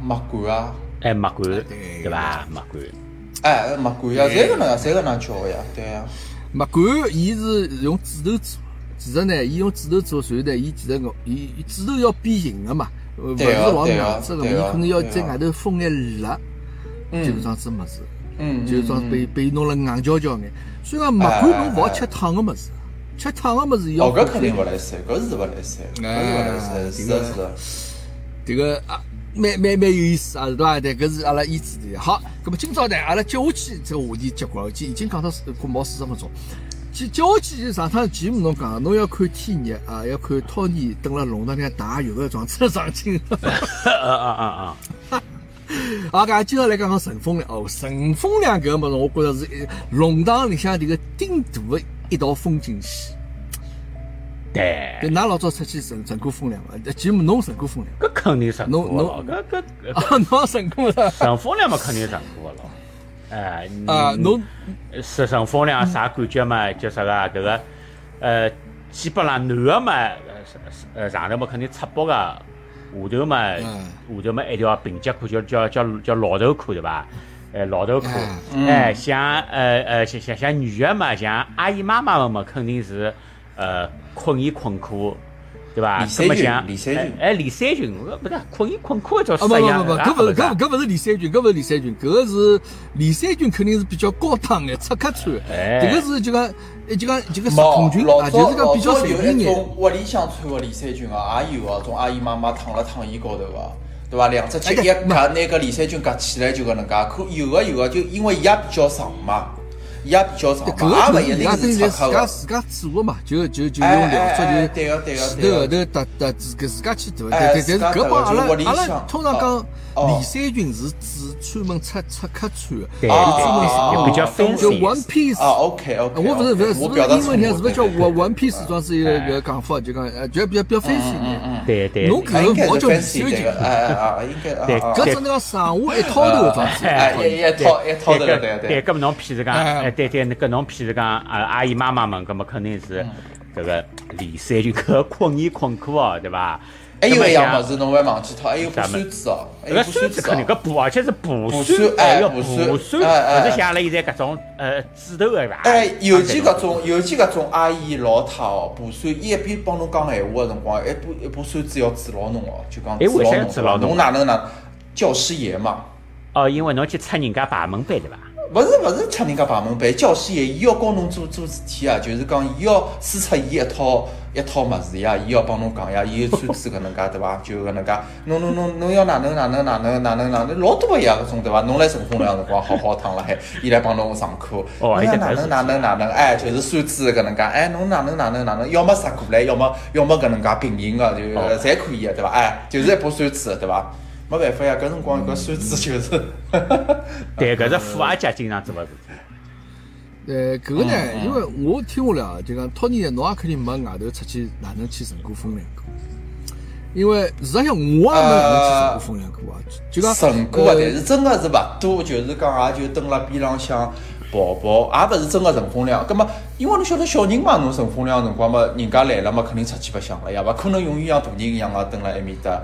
Speaker 3: 没管啊，
Speaker 2: 哎，墨管
Speaker 1: 对
Speaker 2: 对伐？墨管，
Speaker 3: 哎，没管啊，侪搿能介，侪搿能介叫个呀，对呀。
Speaker 1: 墨管伊是用纸头做，其实呢，伊用指头做船呢，伊其实我伊伊指头要变形的嘛，呃勿是
Speaker 3: 对啊
Speaker 1: 老
Speaker 3: 对啊
Speaker 1: 硬质个嘛，
Speaker 3: 对啊
Speaker 1: 伊可能要
Speaker 3: 对啊
Speaker 1: 在外头封眼蜡，就是
Speaker 3: 嗯
Speaker 1: 装子物事，
Speaker 3: 嗯，哎
Speaker 1: 就是装被被弄了硬胶胶眼。所以讲，勿管侬勿好吃烫个物事，啊吃烫个物事要
Speaker 3: 哦，搿
Speaker 1: 保
Speaker 3: 肯
Speaker 1: 证
Speaker 3: 定勿来三，搿是勿来三，搿是勿来
Speaker 1: 哎
Speaker 3: 三，是
Speaker 1: 这个
Speaker 3: 的，是的。
Speaker 1: 这个啊，蛮蛮蛮有意思啊，是吧？对，搿是阿拉伊主题。好，葛么今朝呢，阿拉接下去这个话题结棍了，已经已经讲到快毛四十分钟。接接下去就上趟节目侬讲，侬要看天热啊，要看托尼蹲辣弄堂里向打浴个撞车上去。
Speaker 2: 啊啊啊啊！
Speaker 1: 啊，噶今朝来讲讲乘风凉哦，乘风凉搿个物事，我觉着是一弄堂里向迭个顶大的一道风景线。
Speaker 2: 对，
Speaker 1: 对，㑚老早出去乘乘过风凉伐？
Speaker 3: 哎
Speaker 1: 节目侬乘过风 凉
Speaker 2: 搿肯定成
Speaker 1: 侬
Speaker 2: 过了，
Speaker 1: 侬
Speaker 2: 搿搿搿
Speaker 1: 伐？啊，侬也乘过了
Speaker 2: 乘风凉嘛肯定成过了。哎，
Speaker 3: 嗯
Speaker 2: 你
Speaker 1: 啊？侬
Speaker 2: 是乘风凉啥感觉嘛？叫啥个啊搿个呃，基本上男个嘛，呃是是呃上头嘛肯定赤膊个，下头嘛下
Speaker 1: 嗯
Speaker 2: 头嘛一条平脚裤，叫叫叫叫老头裤对伐？哎，老头裤
Speaker 1: 哎，
Speaker 2: 哎，像呃呃像像像女个嘛，像阿姨妈妈们嘛，肯定是呃困衣困裤。对伐？
Speaker 3: 连
Speaker 2: 搿么
Speaker 3: 衫裙
Speaker 2: 像
Speaker 3: 连衫裙
Speaker 2: 哎，哎连衫裙，搿不是困衣困裤叫
Speaker 1: 啊，
Speaker 2: 啥
Speaker 1: 不不
Speaker 2: 样？
Speaker 1: 不不，
Speaker 2: 啊
Speaker 1: 搿勿是
Speaker 2: 啊
Speaker 1: 搿搿勿是李三军，搿勿是李三军，搿个是李三军肯定是比较高档眼，出客穿的。
Speaker 2: 哎
Speaker 1: 迭个是就讲，呃就讲就讲
Speaker 3: 冇
Speaker 1: 童军
Speaker 3: 老
Speaker 1: 啊，就
Speaker 3: 早
Speaker 1: 是讲比较
Speaker 3: 老早
Speaker 1: 随
Speaker 3: 有
Speaker 1: 便
Speaker 3: 一
Speaker 1: 眼。
Speaker 3: 种屋里向穿个连衫裙啊，也有啊，种阿姨妈妈躺辣躺椅高头个，对伐？两只脚
Speaker 1: 哎
Speaker 3: 一
Speaker 1: 对
Speaker 3: 夹，拿个连衫裙夹起来就搿能介。可有个有个，就因为伊也比较长嘛，伊也比较长
Speaker 1: 哎搿
Speaker 3: 嘛，
Speaker 1: 个
Speaker 3: 也
Speaker 1: 是
Speaker 3: 勿一
Speaker 1: 伊拉
Speaker 3: 定
Speaker 1: 等
Speaker 3: 是
Speaker 1: 于
Speaker 3: 出
Speaker 1: 自
Speaker 3: 口
Speaker 1: 家
Speaker 3: 个。
Speaker 1: 自家做个嘛，就就就
Speaker 3: 哎
Speaker 1: 用
Speaker 3: 哎
Speaker 1: 聊
Speaker 3: 哎
Speaker 1: 出
Speaker 3: 对个对个
Speaker 1: 就是前
Speaker 3: 对
Speaker 1: 头后
Speaker 3: 个
Speaker 1: 头搭搭自个自家去投，
Speaker 3: 哎
Speaker 1: 但但
Speaker 3: 自家
Speaker 1: 但是搿
Speaker 3: 投
Speaker 1: 帮阿
Speaker 3: 就屋里
Speaker 1: 拉阿拉
Speaker 3: 向
Speaker 1: 通常讲
Speaker 3: 哦哦
Speaker 1: 李三军是指专门出出客穿的，
Speaker 2: 对对
Speaker 3: 啊啊
Speaker 2: 对
Speaker 3: 啊
Speaker 2: 对比较
Speaker 3: 啊
Speaker 2: fancy，
Speaker 1: 就 One Piece 呃
Speaker 3: 啊，OK OK，
Speaker 1: 哎我不是不是，是不是
Speaker 3: 表达
Speaker 1: 英文里向是不是叫
Speaker 3: 错误对
Speaker 1: One
Speaker 3: 对哎
Speaker 1: One Piece 装是一个一个讲法，就讲呃，就比较比较 fancy
Speaker 3: 嗯嗯
Speaker 1: 眼。
Speaker 2: 对对，
Speaker 1: 侬
Speaker 3: 啊
Speaker 1: 搿
Speaker 3: 应
Speaker 1: 个
Speaker 3: 该
Speaker 1: 勿好
Speaker 3: 是
Speaker 1: 叫李三
Speaker 3: fancy
Speaker 1: 军
Speaker 3: 这，个，哎哎啊，应该
Speaker 2: 对
Speaker 3: 啊啊
Speaker 1: 搿只能讲上下一套头装
Speaker 3: 啊，
Speaker 1: 子。
Speaker 3: 哎，一一套一套头
Speaker 2: 对
Speaker 3: 个对啊
Speaker 2: 对，
Speaker 3: 对。
Speaker 2: 搿么侬譬如讲，
Speaker 1: 哎
Speaker 2: 哎，对对，搿侬譬如讲，阿啊阿姨妈妈们，搿么肯定
Speaker 3: 嗯
Speaker 2: 是搿个连衫裙，搿个困衣困裤哦，对伐？
Speaker 3: 还哎有
Speaker 2: 搿么
Speaker 3: 一样
Speaker 2: 像
Speaker 3: 物事侬还忘记哎脱，还有布
Speaker 2: 咱们
Speaker 3: 扇子哦，还
Speaker 2: 搿
Speaker 3: 有
Speaker 2: 个
Speaker 3: 布扇
Speaker 2: 扇
Speaker 3: 子
Speaker 2: 子
Speaker 3: 哦
Speaker 2: 肯定搿啊布，而且是布
Speaker 3: 布
Speaker 2: 扇
Speaker 3: 扇，哎
Speaker 2: 要
Speaker 3: 布
Speaker 2: 布
Speaker 3: 扇
Speaker 2: 扇，勿是
Speaker 3: 哎哎哎
Speaker 2: 像阿拉现在搿种呃纸头啊个伐？
Speaker 3: 哎，尤其搿种，尤其搿种阿姨老太哦，婆孙伊一边帮侬讲闲话个辰光，一把一把扇子要指牢侬哦，就讲
Speaker 2: 哎为啥要
Speaker 3: 指
Speaker 2: 指
Speaker 3: 牢
Speaker 2: 牢
Speaker 3: 侬，
Speaker 2: 侬
Speaker 3: 侬哪能哪教师爷嘛？
Speaker 2: 哦，因为侬去擦人家排门班对伐？
Speaker 3: 勿是勿是，吃人家排门班，教师爷伊要教侬做做事体啊，就是讲伊要输出伊一套一套物事呀，伊要帮侬讲呀，伊有扇子搿能介对伐？就搿能介，侬侬侬侬要哪能哪能哪能哪能哪能，老多个呀搿种对伐？侬来顺风凉辰光好好躺辣海，伊来帮侬上课，
Speaker 2: 哦
Speaker 3: 侬
Speaker 2: 还
Speaker 3: 要
Speaker 2: 真
Speaker 3: 哪
Speaker 2: 还
Speaker 3: 能
Speaker 2: 是
Speaker 3: 哪能哪能，哎，就是扇子搿能介，哎，侬哪能哪能哪能，要么杀过来，要么要么搿能介平行个，就
Speaker 2: 哦
Speaker 3: 侪可以个对伐？哎，就是一把扇子对伐？没办法呀，搿辰光搿扇子就是。啊
Speaker 2: 对，搿是富阿姐经常做个事体。
Speaker 1: 呃，搿个呢
Speaker 3: 嗯，嗯
Speaker 1: 因为我听下来啊，就讲托尼，侬也肯定没外头出去哪能去乘过风凉过，因为事实上我也没哪能去乘过风凉过啊，就讲
Speaker 3: 成果啊，
Speaker 1: 呃
Speaker 3: 但是真的是勿多，就是讲也啊就蹲辣边浪向跑跑，也勿是真的乘风凉。葛么，因为侬晓得小人嘛，侬乘风凉的辰光嘛，人家来了嘛，肯定出去白相了呀，勿可能永远像大人一样个蹲辣埃面搭。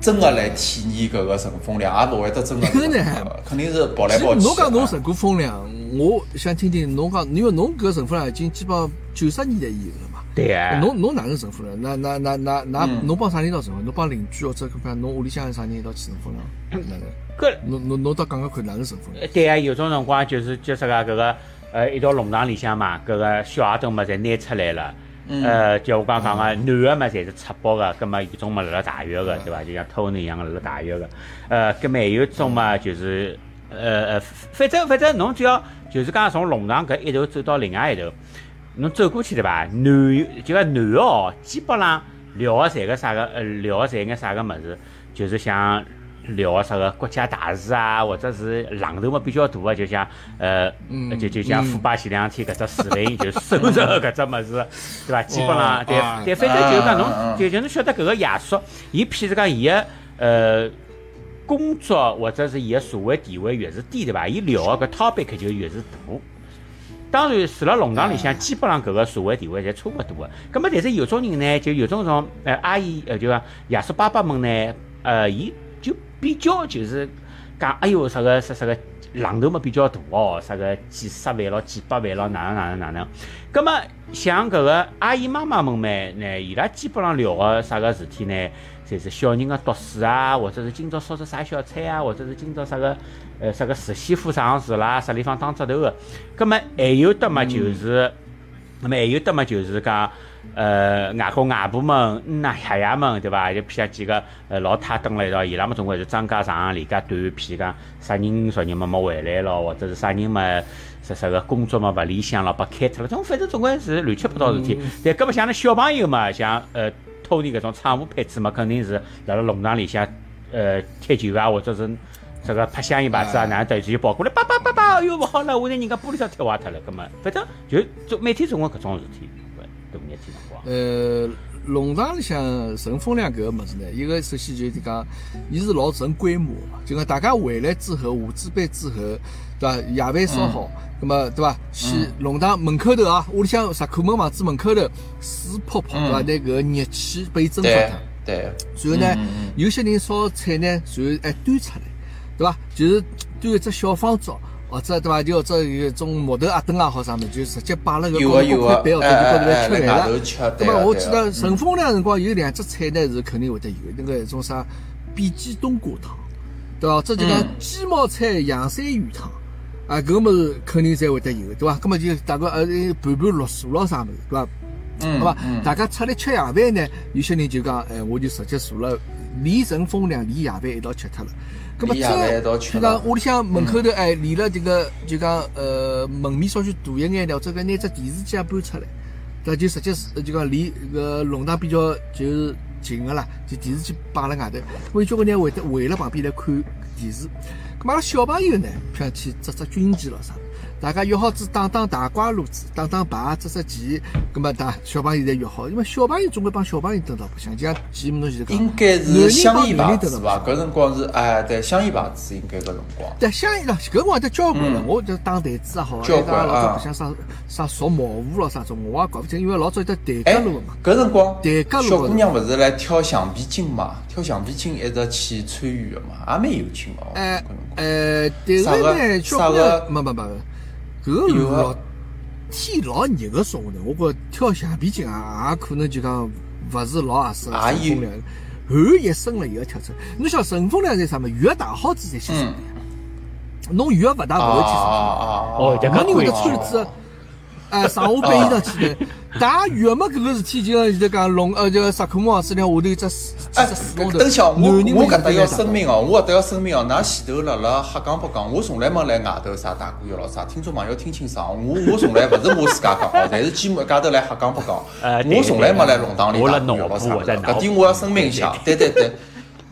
Speaker 3: 真的来体验搿个乘风凉，也勿会得真的是
Speaker 1: 搿呢
Speaker 3: 呃肯定是跑来
Speaker 1: 其实
Speaker 3: 跑去的。
Speaker 1: 侬讲侬乘过风凉，我想听听侬讲，因为侬搿乘风凉已经基本上九十年代以后了嘛。
Speaker 2: 对啊，
Speaker 1: 侬侬哪能乘风凉？那那那那那
Speaker 3: 嗯
Speaker 1: 侬帮啥人一道乘风？侬帮邻居或者搿帮侬屋里向啥人一道去乘风凉？哪能？
Speaker 2: 搿
Speaker 1: 侬侬侬倒讲讲看哪能乘风凉？
Speaker 2: 呃对啊，有种辰光就是叫啥个搿个呃一道弄堂里向嘛，搿个小孩头嘛侪拿出来了。呃，叫我刚讲个，男个嘛，侪是赤膊个，葛么有种嘛辣辣大浴个，对伐？就像偷人一样个辣辣大浴个，呃，葛么还有种嘛，就是呃呃，反正反正侬只要就是讲从弄堂搿一头走到另外一头，侬走过去对伐？男就讲男个哦，基本上聊个侪个啥个，呃，聊个侪眼啥个物事，就是像聊啊个啥个国家大事啊，或者是浪头嘛比较大个，就像呃，
Speaker 3: 嗯
Speaker 2: 就就像富爸前两天搿只视频，就搜着搿只物事，对伐？基本
Speaker 1: 哇
Speaker 2: 上对
Speaker 1: 啊
Speaker 2: 对，反正就是讲
Speaker 3: 哦啊啊啊
Speaker 2: 侬就就侬晓得搿个爷叔，伊譬如讲伊个呃。工作或者是伊个社会地位越是低，对伐？伊聊个搿 topic 就越是大。当然，除了弄堂里向，基本上搿个社会地位侪差勿多个。葛末，但是有种人呢，就有种种呃阿姨，呃就讲爷叔爸爸们呢，呃，伊就比较就是讲，哎哟，啥个啥啥个浪头嘛比较大哦，啥个几十万咯、几百万咯，哪能哪能哪能。葛么像搿个阿姨妈妈们嘛，呢，伊拉基本上聊个啥个事体呢，侪是小人个读书啊，或者是今朝烧只啥小菜啊，或者是今朝啥个呃啥个慈禧府上市啦，啥地方打折头个。葛么还有的嘛就是。那么还有的嘛，就是讲，呃，外公外婆们、嗯呐爷爷们，对伐？就像几个呃老太蹲辣一道，伊拉们总归是张家长、李家短，譬如讲啥人啥人嘛没回来咯，或者是啥人嘛啥啥个工作嘛勿理想了，被开脱了，总反正总归是乱七八糟事体。但搿么像那小朋友嘛，像呃托尼搿种唱舞班子嘛，肯定是辣辣弄堂里向呃踢球啊，或者是。这个拍香烟牌子啊，
Speaker 1: 哎
Speaker 2: 哪能突然就跑过来，爸爸爸爸，哎哟勿好了，我拿人家玻璃罩踢坏脱了，葛么，反正就做每天总归搿种事体，对大热天辰光，
Speaker 1: 呃，弄堂里向乘风量搿个物事呢，一个首先就是讲，伊是老成规模的，就讲大家回来之后，下子班之后，对伐？夜饭烧好，葛么对伐？去弄堂门口头啊，屋里向石库门房子门口头，水泡泡对伐？拿搿个热气被蒸发
Speaker 3: 对
Speaker 1: 脱。
Speaker 3: 对，
Speaker 1: 然后呢
Speaker 3: 嗯嗯嗯，
Speaker 1: 有些人烧菜呢，然后还端出来，对伐？就是端一只小方桌，或者对伐？就或者有一种木头阿凳啊，好啥么，就直接摆了个
Speaker 3: 有
Speaker 1: 高
Speaker 3: 啊
Speaker 1: 高
Speaker 3: 有
Speaker 1: 块板，
Speaker 3: 啊
Speaker 1: 或者就
Speaker 3: 哎
Speaker 1: 高头
Speaker 3: 哎哎
Speaker 1: 来吃饭
Speaker 3: 哎外
Speaker 1: 了
Speaker 3: 头。吃，
Speaker 1: 那
Speaker 3: 对
Speaker 1: 么
Speaker 3: 啊
Speaker 1: 我
Speaker 3: 对
Speaker 1: 记
Speaker 3: 啊
Speaker 1: 得顺风量辰光有两只菜呢是肯定会得有，那个种啥比基冬瓜汤，对伐？这就讲
Speaker 3: 嗯
Speaker 1: 鸡毛菜洋山鱼汤。啊，搿个物事肯定侪会得有，对伐？搿么就大概呃盘盘绿素咯啥物事，对伐？
Speaker 3: 嗯
Speaker 1: 好吧
Speaker 3: 嗯，
Speaker 1: 大家出来吃夜饭呢，有些人就讲，哎，我就直接坐了，连乘风凉，连夜饭一道吃脱了。咁么
Speaker 3: 连夜饭
Speaker 1: 再
Speaker 3: 一道
Speaker 1: 就
Speaker 3: 吃了
Speaker 1: 讲屋里向门口头，哎，离了这个就讲呃门面稍许大一眼的，或者讲拿只电视机也搬出来，那就直接是就讲离搿个弄堂比较就是近个啦，就电视机摆辣外头，咁有交关人会得围辣旁边来看电视。咁阿拉小朋友呢，譬如去扎扎军旗咯啥。大家约好子打打大瓜炉子，打打牌，扎扎棋，咁么大小朋友侪约好，因为小朋友总归帮小朋友蹲到白相，就像前面侬前头讲，
Speaker 3: 应该
Speaker 1: 男
Speaker 3: 是
Speaker 1: 人
Speaker 3: 香
Speaker 1: 帮
Speaker 3: 烟
Speaker 1: 男
Speaker 3: 牌
Speaker 1: 人蹲
Speaker 3: 子
Speaker 1: 到白
Speaker 3: 吧
Speaker 1: 相？
Speaker 3: 搿辰光是哎，对，香烟牌子应该搿辰光。
Speaker 1: 对，香烟啦，搿辰光得交关了
Speaker 3: 嗯，
Speaker 1: 我就打台子也好，
Speaker 3: 交关
Speaker 1: 还有老早
Speaker 3: 啊
Speaker 1: 白相啥啥熟茅屋咯啥种，我也搞勿清，因为老早有得台
Speaker 3: 哎
Speaker 1: 阶路嘛，，
Speaker 3: 搿辰光
Speaker 1: 对搿辰光
Speaker 3: 小姑娘勿是来挑橡皮筋嘛？挑橡皮筋一直去参与个嘛，也蛮有劲哦。
Speaker 1: 哎呃，台
Speaker 3: 搿辰光啥
Speaker 1: 个
Speaker 3: 个
Speaker 1: 呢，
Speaker 3: 啥
Speaker 1: 交
Speaker 3: 个
Speaker 1: 关，没没没，搿
Speaker 3: 有
Speaker 1: 个
Speaker 3: 个
Speaker 1: 老天老热个辰光呢，我觉着跳橡皮筋啊，也可能就讲勿是老合适
Speaker 3: 也
Speaker 1: 乘
Speaker 3: 有
Speaker 1: 风凉。汗一身了，伊要跳出来。侬想乘风凉是啥么？雨打好子才去乘
Speaker 3: 嗯，
Speaker 1: 侬雨勿打
Speaker 3: 啊
Speaker 1: 勿会去
Speaker 3: 啊
Speaker 1: 乘。
Speaker 3: 啊！啊
Speaker 2: 哦这
Speaker 1: 没人会得穿
Speaker 3: 啊
Speaker 1: 子，哎，上下背衣裳去的。汏雨没搿个事体，就像现在讲龙呃，就石库门王子娘下头有只水
Speaker 3: 哎
Speaker 1: 几只水龙头，
Speaker 3: 等一下，我
Speaker 1: 男人
Speaker 3: 我
Speaker 1: 会
Speaker 3: 搿搭
Speaker 1: 得
Speaker 3: 要
Speaker 1: 打
Speaker 3: 声明哦，我搿搭要声明哦，㑚前头辣辣瞎讲八讲，我从来没来外头啥打过药咾啥，听众朋友听清爽，我我从来勿是我自家 讲哦，侪是节目一家头来瞎讲八
Speaker 2: 呃
Speaker 3: 讲，
Speaker 2: 对
Speaker 3: 我从来没来弄堂里
Speaker 2: 我
Speaker 3: 打
Speaker 2: 辣
Speaker 3: 过
Speaker 2: 脑
Speaker 3: 药咾
Speaker 2: 补
Speaker 3: 啥
Speaker 2: 我
Speaker 3: 物事
Speaker 2: 在，脑
Speaker 3: 搿点
Speaker 2: 补
Speaker 3: 我要声明 一下，对对对，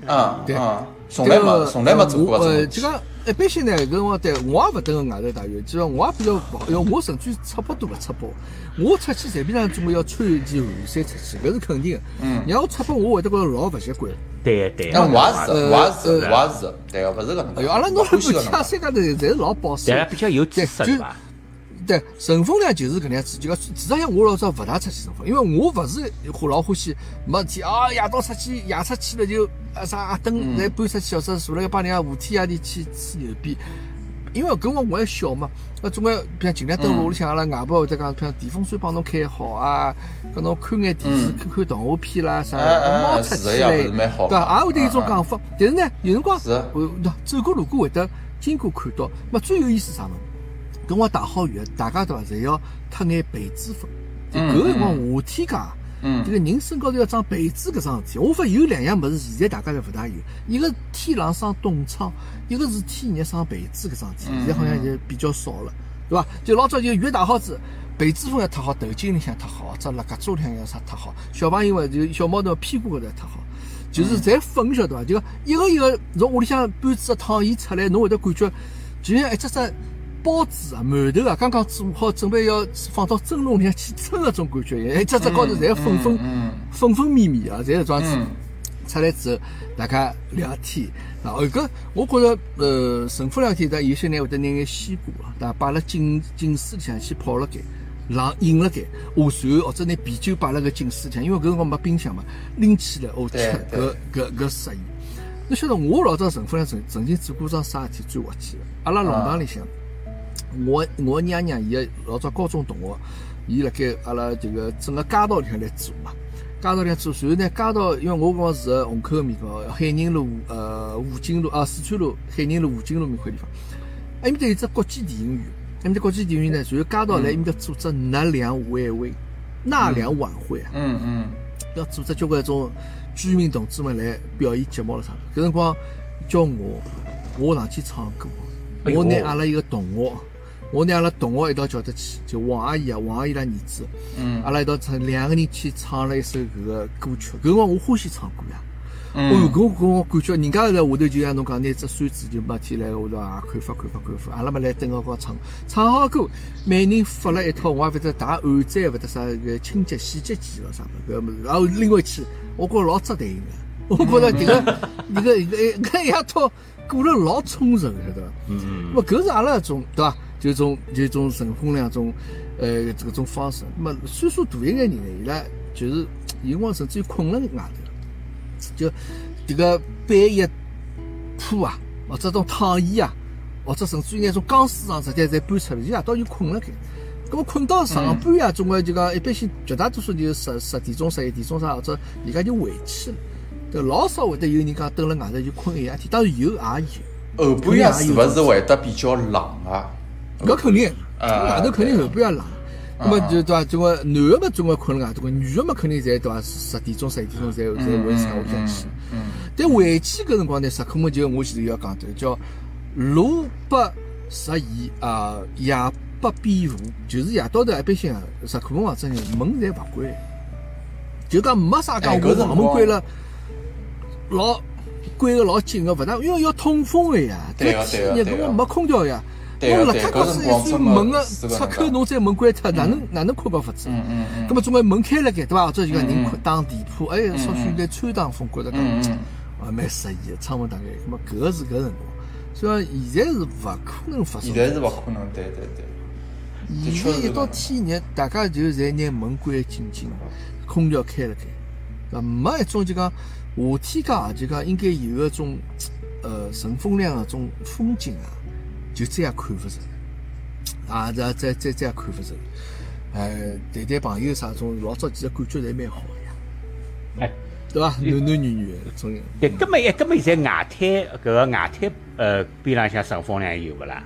Speaker 3: 啊
Speaker 1: 对
Speaker 3: 啊，从来没从来没做过搿种
Speaker 1: 呃，
Speaker 3: 事
Speaker 1: 就
Speaker 3: 体。
Speaker 1: 讲一般性呢，搿辰光对我也勿等外头汏浴，就讲我也比较勿好，因为我甚至赤膊都勿赤膊。我出去随便上总归要穿一件汗衫出去，搿是肯定的。嗯，让我赤膊，我会得觉着老勿习惯。
Speaker 2: 对啊对。
Speaker 3: 那我也是，
Speaker 1: 呃
Speaker 3: 我也是，
Speaker 1: 呃
Speaker 3: 我也是，对个，勿是搿能
Speaker 1: 哎
Speaker 3: 介。
Speaker 1: 呦，阿拉侬
Speaker 3: 欢喜
Speaker 1: 搿
Speaker 3: 搿
Speaker 1: 家
Speaker 3: 能
Speaker 1: 三
Speaker 3: 介。
Speaker 1: 家头侪是老保守的
Speaker 2: 大家。啊比较有知识
Speaker 1: 对
Speaker 2: 对
Speaker 1: 就
Speaker 2: 伐？
Speaker 1: 对，乘风呢就是搿能样子，就讲事实上我老早勿大出去乘风，因为我勿是老欢喜没事体啊，夜到出去夜出去了就啊啥阿
Speaker 3: 嗯
Speaker 1: 灯侪搬出去，或者坐辣个帮人家户天夜地去吹牛逼。因为搿辰光我还小嘛，那总归比方尽量蹲辣屋里向，阿拉外婆会得讲，比方电风扇帮侬开好啊，跟侬看眼电视，看看动画片啦啥，
Speaker 3: 嗯哎哎哎
Speaker 1: 猫出
Speaker 3: 是
Speaker 1: 去
Speaker 3: 的呀
Speaker 1: 嘞，
Speaker 3: 不是蛮好
Speaker 1: 对伐？
Speaker 3: 嘛
Speaker 1: 也会得有种
Speaker 3: 嗯嗯
Speaker 1: 讲法。但是呢，有辰光
Speaker 3: 是的
Speaker 1: 呃喏走过路过会得经过看到，那最有意思是啥物事？跟我打好雨，大家对伐？侪要脱眼被子粉。就
Speaker 3: 嗯
Speaker 1: 搿辰光夏天噶，
Speaker 3: 嗯
Speaker 1: 这个人身高头要长被子搿桩事体，我发觉有两样物事现在大家侪勿大有，一个天冷生冻疮，一个是天热生被子搿桩事体，现
Speaker 3: 嗯
Speaker 1: 在好像就比较少了，对伐？就老早就雨打好子。被子风要脱好，头巾里向脱好，这辣胳肢里向要啥脱好，小朋友嘛就小猫头屁股搿搭脱好，就是
Speaker 3: 嗯
Speaker 1: 侪粉，你晓得伐？就讲一个一个从屋里向搬只汤衣出来，侬会得感觉就像一只只包子啊、馒头啊，刚刚做好，准备要放到蒸笼里向去蒸搿种感觉，一只只高头侪粉粉
Speaker 3: 嗯
Speaker 1: 粉粉面面啊，侪是桩子
Speaker 3: 嗯。
Speaker 1: 出来之后，大家聊天，然后搿我觉着，呃，神父聊天，但有些人会得拿眼西瓜啊，但摆辣井井水里向先泡辣盖，冷饮辣盖，下然后或者拿啤酒摆辣个井水里向，因为搿辰光没冰箱嘛，拎起来哦吃
Speaker 3: 对对
Speaker 1: 搿搿搿适宜。侬晓得我老早城府上曾曾经做过桩啥事体最滑稽的。阿
Speaker 3: 啊
Speaker 1: 拉弄堂里向，我我娘娘伊个老早高中同学，伊辣盖阿拉这个整个街道里向来做嘛。街道里向做，然后呢，街道因为我搿辰光住个虹口个面高，海宁路、呃武警路啊、四川路、海宁路、武警路面块地方，埃面搭有只国际电影院，埃面搭国际电影院呢，然后街道来埃面搭组织纳凉晚会、纳凉晚会啊，
Speaker 3: 嗯嗯
Speaker 1: 要组织交关种居民同志们来表演节目了啥的。搿辰光叫我，我上去唱歌，
Speaker 2: 哎呦
Speaker 1: 我拿阿拉一个同学，我拿阿拉同学一道叫得去，就王阿姨啊，王阿姨伊拉儿子。
Speaker 3: 嗯
Speaker 1: 阿拉一道唱，两个人去唱了一首搿个歌曲。搿辰光我欢喜唱歌呀，哦哟，
Speaker 3: 嗯，
Speaker 1: 搿搿我感觉人家在下头就像侬讲，拿只扇子就每天来下头啊，看法看法看法，阿拉嘛来登个高唱，唱好歌，每人发了一套，我也勿得打按赞，勿得啥个情节细节记了啥物事搿物事，然后拎回去，我觉着老扎对应个，我觉着迭个
Speaker 2: 嗯
Speaker 1: 迭个迭个搿一套过了老充实，晓得伐？
Speaker 2: 嗯，
Speaker 1: 么搿是阿拉一种对伐？就一种就一种成分两种呃这个种方式。那么岁数大一眼人呢，伊拉就是有辰光甚至于困辣外头了，就迭个半夜铺啊，或者种躺椅啊，或者甚至于拿种钢丝床直接侪搬出来，伊夜到就困辣盖。咁么困到上半夜，总归就讲一般性绝大多数就是十十点钟、十一点钟啥，或者人家就回去了。对，老少会得有人讲蹲辣外头就困一夜天，当然有也有。
Speaker 3: 后半夜是勿是会得比较冷啊？
Speaker 1: 搿肯定，
Speaker 3: 啊
Speaker 1: 外头肯定后半夜冷。那么就对伐？总归男个嘛，总归困了外头，女个嘛肯定侪对伐？十点钟、十一点钟侪
Speaker 3: 嗯
Speaker 1: 侪回家屋里向去。但回去搿辰光呢，石可门就我前头要讲的，叫路不拾遗啊，夜不闭户，就是夜到头一般性啊，石可门房子呢门侪勿关，就讲没啥讲
Speaker 3: 哎
Speaker 1: 我
Speaker 3: 搿辰
Speaker 1: 房门
Speaker 3: 光
Speaker 1: 关了，老关个老紧个，勿大，因为要通风个呀。
Speaker 3: 对
Speaker 1: 个
Speaker 3: 个
Speaker 1: 天
Speaker 3: 对个啊
Speaker 1: 热
Speaker 3: 对
Speaker 1: 搿
Speaker 3: 个
Speaker 1: 个没空调呀。
Speaker 3: 对
Speaker 1: 侬
Speaker 3: 个
Speaker 1: 辣
Speaker 3: 对
Speaker 1: 盖
Speaker 3: 个
Speaker 1: 角
Speaker 3: 搿
Speaker 1: 子
Speaker 3: 辰
Speaker 1: 一
Speaker 3: 光
Speaker 1: 扇
Speaker 3: 真的
Speaker 1: 门啊个出
Speaker 3: 是搿能
Speaker 1: 口，
Speaker 3: 介
Speaker 1: 侬再门关脱，哪能哪能困觉法子？
Speaker 3: 嗯嗯嗯
Speaker 1: 咁么总归门开了盖，对伐？或者就讲人
Speaker 3: 嗯
Speaker 1: 困打地铺，哎，稍许有点穿堂风，觉得
Speaker 3: 嗯
Speaker 1: 讲
Speaker 3: 嗯
Speaker 1: 啊蛮适意个，窗门打开。咁么搿个是搿辰光，所以讲现在是勿可能发生
Speaker 3: 现
Speaker 1: 的。
Speaker 3: 在是勿可能，对对对。的确
Speaker 1: 现在
Speaker 3: 是
Speaker 1: 一
Speaker 3: 搿
Speaker 1: 到
Speaker 3: 能
Speaker 1: 天热，大家就侪拿门关得紧紧，空调开了开，那没一种就讲夏天家就讲应该有一种呃乘风凉的种风景啊，就再也看勿着了，啊，再再再再也看勿着了。哎，谈谈朋友啥种，老早其实感觉侪蛮好个呀，
Speaker 2: 哎，
Speaker 1: 对伐？男男女女的总有。
Speaker 2: 对，根本一根本现在外滩搿个外滩呃边浪向乘风凉有勿啦？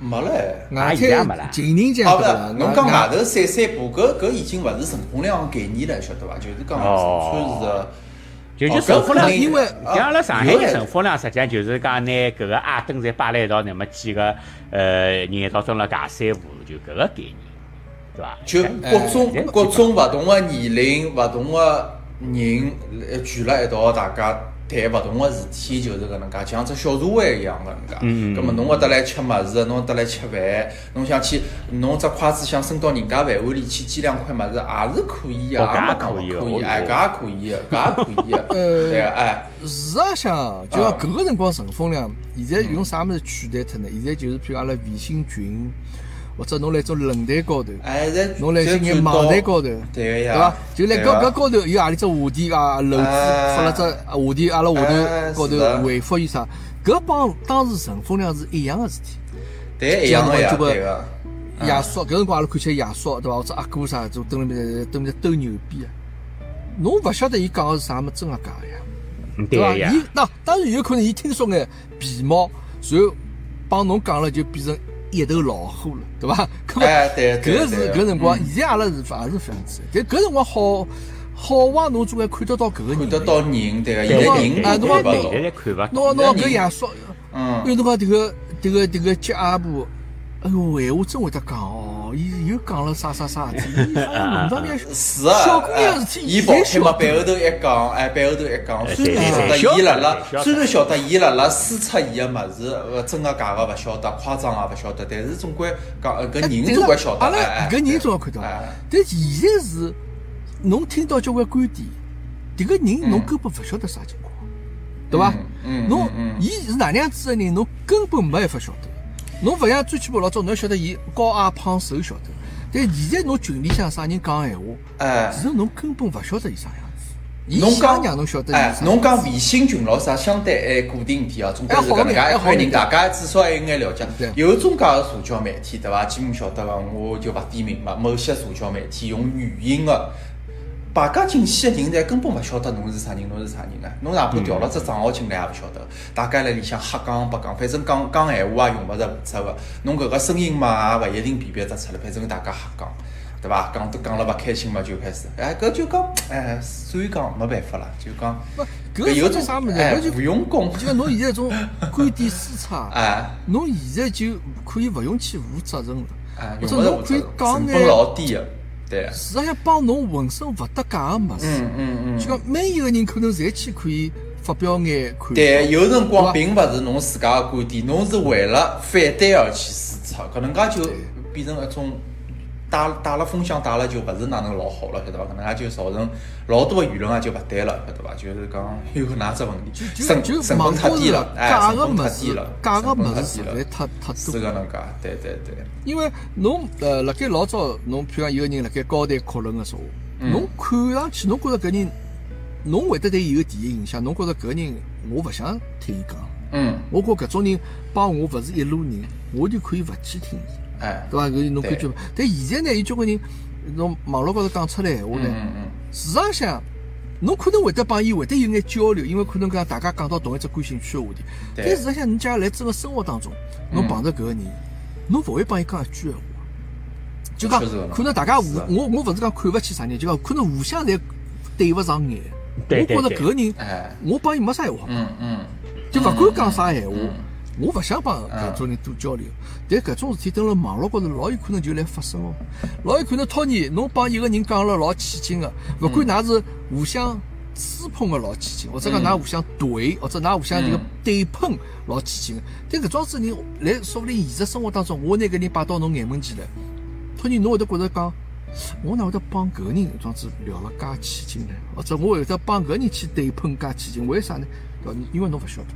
Speaker 3: 没嘞。
Speaker 2: 啊
Speaker 1: 外
Speaker 2: 现在没
Speaker 1: 滩
Speaker 2: 啦
Speaker 1: 情人节
Speaker 3: 啊，
Speaker 1: 对
Speaker 3: 勿
Speaker 1: 伐
Speaker 3: 是，？侬讲
Speaker 1: 外
Speaker 3: 外头散散步，搿搿已经勿是乘风量的概念了，晓得伐？就是讲四川是
Speaker 2: 就就
Speaker 3: 哦
Speaker 2: 哦乘风
Speaker 1: 那
Speaker 2: 凉
Speaker 3: 搿肯定
Speaker 1: 因为
Speaker 2: 像阿拉上海
Speaker 3: 有
Speaker 2: 的
Speaker 3: 嘞
Speaker 2: 乘风量，实际上就是讲拿搿个矮凳侪摆辣一道，乃末几个呃人一道蹲辣尬三胡，就搿个概念，对伐？
Speaker 3: 就各种
Speaker 2: 哎
Speaker 3: 各种勿同的年龄、勿同的人呃聚辣一道，大家谈勿同的事体，就是搿能介，就像只小社会一样搿能介。
Speaker 2: 嗯嗯
Speaker 3: 葛末侬会得来吃物事，侬会得来吃饭，侬想去，侬只筷子想伸到人家饭碗里去煎两块物事，也是可以
Speaker 2: 哦
Speaker 3: 啊，
Speaker 2: 搿也
Speaker 3: 也没讲
Speaker 2: 可以
Speaker 3: 勿
Speaker 2: 哦哦
Speaker 3: 可以，哎，
Speaker 2: 哟
Speaker 3: 搿也可以的，搿也可以的，
Speaker 1: 呃
Speaker 3: 对，哎。
Speaker 1: 事实上，啊就讲搿个辰光乘风凉，
Speaker 3: 嗯
Speaker 1: 现在用啥物事取代脱呢？现在就是譬如阿拉微信群，或者侬来种论坛高头，
Speaker 3: 哎，侪
Speaker 1: 侬来
Speaker 3: 侪
Speaker 1: 新眼
Speaker 3: 转
Speaker 1: 网
Speaker 3: 到
Speaker 1: 站高头
Speaker 3: 对个
Speaker 1: 对
Speaker 3: 哎呀，
Speaker 1: 伐？就来
Speaker 3: 对啊
Speaker 1: 搿
Speaker 3: 个
Speaker 1: 搿高头有何里只话题啊？楼主
Speaker 3: 哎
Speaker 1: 发了只话题，啊阿拉下
Speaker 3: 哎
Speaker 1: 头高
Speaker 3: 是的
Speaker 1: 头回复伊啥？搿帮当时乘风凉是一样个事体。
Speaker 3: 对一样个呀，
Speaker 1: 这个
Speaker 3: 对啊个，嗯
Speaker 1: 亚叔，搿辰光阿拉看起来亚叔对伐？或者阿哥啥，就蹲辣面头蹲面头斗牛逼啊！侬勿晓得伊讲个是啥么真个假个呀？
Speaker 2: 嗯
Speaker 1: 对伐？
Speaker 2: 对呀，
Speaker 1: 伊那当然有可能，伊听说眼皮毛，然后帮侬讲了，就变成一头老虎了，对伐？ 搿么
Speaker 3: 哎对对
Speaker 1: 搿
Speaker 3: 对嗯
Speaker 1: 是搿辰光，现在阿拉是也是搿样子的，但搿辰光好好坏，侬总归看得到搿个人。
Speaker 3: 看得到人对个，
Speaker 2: 对
Speaker 1: 对
Speaker 3: 现在
Speaker 1: 哎侬
Speaker 3: 人都看
Speaker 1: 讲
Speaker 3: 勿
Speaker 2: 现
Speaker 3: 到，
Speaker 2: 在侪看勿
Speaker 1: 侬
Speaker 2: 到。
Speaker 1: 侬搿爷说，
Speaker 3: 嗯，
Speaker 1: 有辰光迭个迭个迭个接阿婆，哎哟，闲话真会得讲哦，伊又讲了啥啥啥事 体，伊好像弄堂里向
Speaker 3: 是啊，
Speaker 1: 小姑娘
Speaker 3: 哎
Speaker 1: 事体，
Speaker 3: 伊跑开嘛，
Speaker 1: 侪
Speaker 3: 背后头一讲，哎，背后头一讲，
Speaker 2: 哎
Speaker 3: 虽然
Speaker 1: 对
Speaker 3: 晓得
Speaker 2: 对
Speaker 3: 伊辣辣
Speaker 2: 对，
Speaker 3: 虽然晓得伊辣辣输出伊个物事，呃，真个假个勿晓得，夸张也勿晓得，但是总归讲，呃搿人总归晓得，
Speaker 1: 哎阿拉
Speaker 3: 哎，哎
Speaker 1: 搿人总要看到
Speaker 3: 哎哎。
Speaker 1: 但现在是，侬听到交关观点，迭个人侬根本勿晓得啥情况，对伐？
Speaker 3: 嗯嗯
Speaker 1: 侬
Speaker 3: 嗯嗯
Speaker 1: 伊是哪能样子个人，侬根本没办法晓得。侬勿像最起码老早，侬要晓得伊高矮胖瘦晓得，但现在侬群里向啥人讲闲话，
Speaker 3: 哎
Speaker 1: 其实侬根本勿晓得伊啥样子。伊
Speaker 3: 侬
Speaker 1: 想
Speaker 3: 讲
Speaker 1: 让侬晓得
Speaker 3: 哎
Speaker 1: 伊，啥
Speaker 3: 侬讲微信群咯啥，相对还固定一点啊。总归是搿能
Speaker 1: 还
Speaker 3: 介一
Speaker 1: 好
Speaker 3: 块
Speaker 1: 一点
Speaker 3: 人，大家至少还有眼了解
Speaker 1: 对。
Speaker 3: 有中介个社交媒体对伐？基本晓得伐？我就勿点名嘛。某些社交媒体用语音个。大家进去个人侪根本勿晓得侬是啥人，侬是啥人啊！侬哪怕调了只账号进来也勿晓得，大家辣里向瞎讲白讲，反正讲讲闲话也用勿着付出个。侬搿个声音嘛，也勿一定辨别得出来，反正大家瞎讲，对伐？讲都讲了勿开心嘛，就开始，哎，搿就讲，哎，所以讲没办法啦，就讲，
Speaker 1: 不搿
Speaker 3: 有
Speaker 1: 是
Speaker 3: 种
Speaker 1: 啥物事
Speaker 3: 哎
Speaker 1: 搿就
Speaker 3: 无用功，
Speaker 1: 就讲侬现在种观点 输出啊，
Speaker 3: 哎
Speaker 1: 侬现在就可以勿用去负责任了
Speaker 3: 哎，，
Speaker 1: 或
Speaker 3: 用
Speaker 1: 者
Speaker 3: 勿
Speaker 1: 侬可
Speaker 3: 着负
Speaker 1: 以
Speaker 3: 责任，
Speaker 1: 讲哎
Speaker 3: 成
Speaker 1: 眼
Speaker 3: 本老低个，对，
Speaker 1: 实际上帮侬浑身勿搭界个物事
Speaker 3: 嗯，嗯嗯。
Speaker 1: 就讲每一个人可能侪去可以发表眼看法。
Speaker 3: 对，有辰
Speaker 1: 对吧
Speaker 3: 光并勿是侬自家个观点，侬是为了反对而去输出，搿能介就变成一种带带了风向带了就勿是哪能老好了，晓得伐？搿能介就造成老多个舆论啊就勿对了，晓得伐？就是讲有搿能介只问题，成
Speaker 1: 就就
Speaker 3: 成本
Speaker 1: 网
Speaker 3: 太
Speaker 1: 高
Speaker 3: 低
Speaker 1: 头
Speaker 3: 了，哎，
Speaker 1: 价
Speaker 3: 成
Speaker 1: 个
Speaker 3: 本
Speaker 1: 物
Speaker 3: 太低
Speaker 1: 事
Speaker 3: 了，，
Speaker 1: 价个
Speaker 3: 成本
Speaker 1: 物
Speaker 3: 太
Speaker 1: 事实
Speaker 3: 低了
Speaker 1: 在，太太
Speaker 3: 是啊
Speaker 1: 多
Speaker 3: 搿
Speaker 1: 了。
Speaker 3: 能介，对对对，
Speaker 1: 因为侬呃，辣盖老早侬譬如讲有个人辣盖高谈阔论个说话，
Speaker 3: 嗯
Speaker 1: 侬看上去侬觉着搿人，侬会得对伊有第一印象，侬觉着搿人我勿想听伊讲，
Speaker 3: 嗯，
Speaker 1: 我觉搿种人帮我勿是一路人，我就可以勿去听伊。
Speaker 3: 哎，
Speaker 1: 对伐？搿侬
Speaker 3: 对
Speaker 1: 感觉伐？但现在呢，有交关人，侬网络高头讲出来闲话
Speaker 3: 嗯
Speaker 1: 呢，
Speaker 3: 嗯嗯，
Speaker 1: 事实上，侬可能会得帮伊会得有眼交流，因为可能讲大家讲到同一只感兴趣个话题。
Speaker 3: 对嗯
Speaker 1: 但事实上，侬假如来真个生活当中，侬碰着搿个人，侬勿会帮伊讲一句闲话。就讲
Speaker 3: 确实搿能
Speaker 1: 可能大家互
Speaker 3: 是啊
Speaker 1: 我我勿是讲看勿起啥人，就讲可能互相侪对勿上眼。
Speaker 2: 对
Speaker 1: 我觉
Speaker 2: 对
Speaker 1: 着
Speaker 2: 对
Speaker 1: 搿个人，
Speaker 3: 哎，
Speaker 1: 我帮伊没啥闲话讲。
Speaker 3: 嗯嗯，
Speaker 1: 就勿管讲啥闲话
Speaker 3: 嗯，
Speaker 1: 我勿想帮搿种人多交流。但搿种事体登辣网络高头老有可能就来发生哦，老有可能 Tony 侬帮一个人讲了老起劲个，勿管㑚是互相吹捧个老起劲，或者讲㑚互相怼，或者㑚互相这个
Speaker 3: 嗯
Speaker 1: 对喷老起劲个。但搿种子人来说不定现实生活当中，我拿搿人摆到侬眼门前来，Tony 侬会得觉着讲。我哪会得帮搿个人这样子聊了介起劲呢？或者我会得帮搿个人去对喷介起劲？为啥呢？对伐？因为侬勿晓得。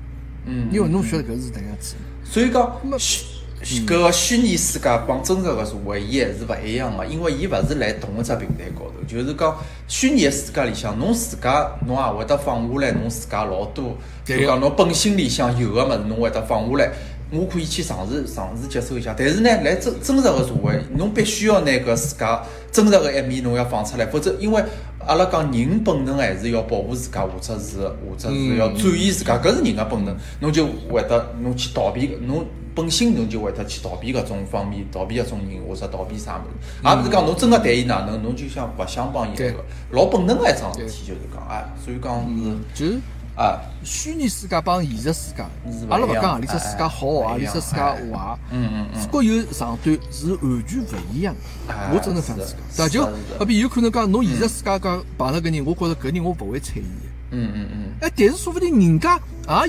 Speaker 3: 嗯，
Speaker 1: 因为侬晓得搿是哪样子，
Speaker 3: 所以讲虚虚搿个虚拟世界帮真实个社会，伊还是勿一样个，因为伊勿是来同一只平台高头，就是讲虚拟个世界里向，侬自家侬也会得放下来，侬自家老多，
Speaker 1: 对
Speaker 3: 就讲侬本心里向有个物事，侬会得放下来。我可以去尝试尝试接受一下，但是呢，来真真实个社会，侬必须要拿搿自家真实个一面侬要放出来，否则因为阿拉讲人本能还是要保护自家，或者是或者是要展现自家，搿是人个本能，侬就会得侬去逃避，侬本性侬就会得去逃避搿种方面，逃避搿种人或者逃避啥物事，也勿是讲侬真个对伊哪能，侬就想勿想帮伊
Speaker 1: 对嗯
Speaker 3: 搿个，老本能个一桩事体就是讲，哎，所以讲是
Speaker 1: 就是
Speaker 3: 啊，
Speaker 1: 虚拟世界帮现实世界
Speaker 3: 是，勿
Speaker 1: 阿拉勿
Speaker 3: 一样
Speaker 1: 讲何里只世界好，啊
Speaker 3: 哎
Speaker 1: 何里只世界
Speaker 3: 哎
Speaker 1: 坏，啊
Speaker 3: 嗯嗯嗯，
Speaker 1: 各有长短，是完全勿一样的
Speaker 3: 哎。
Speaker 1: 我只能这样子
Speaker 3: 是
Speaker 1: 讲，
Speaker 3: 的
Speaker 1: 对
Speaker 3: 是的是
Speaker 1: 伐？
Speaker 3: 的
Speaker 1: 就好比有可能讲，侬现实世界讲碰着搿人，我觉着搿人我勿会睬伊的。
Speaker 3: 嗯嗯嗯
Speaker 1: 哎，但是说不定人家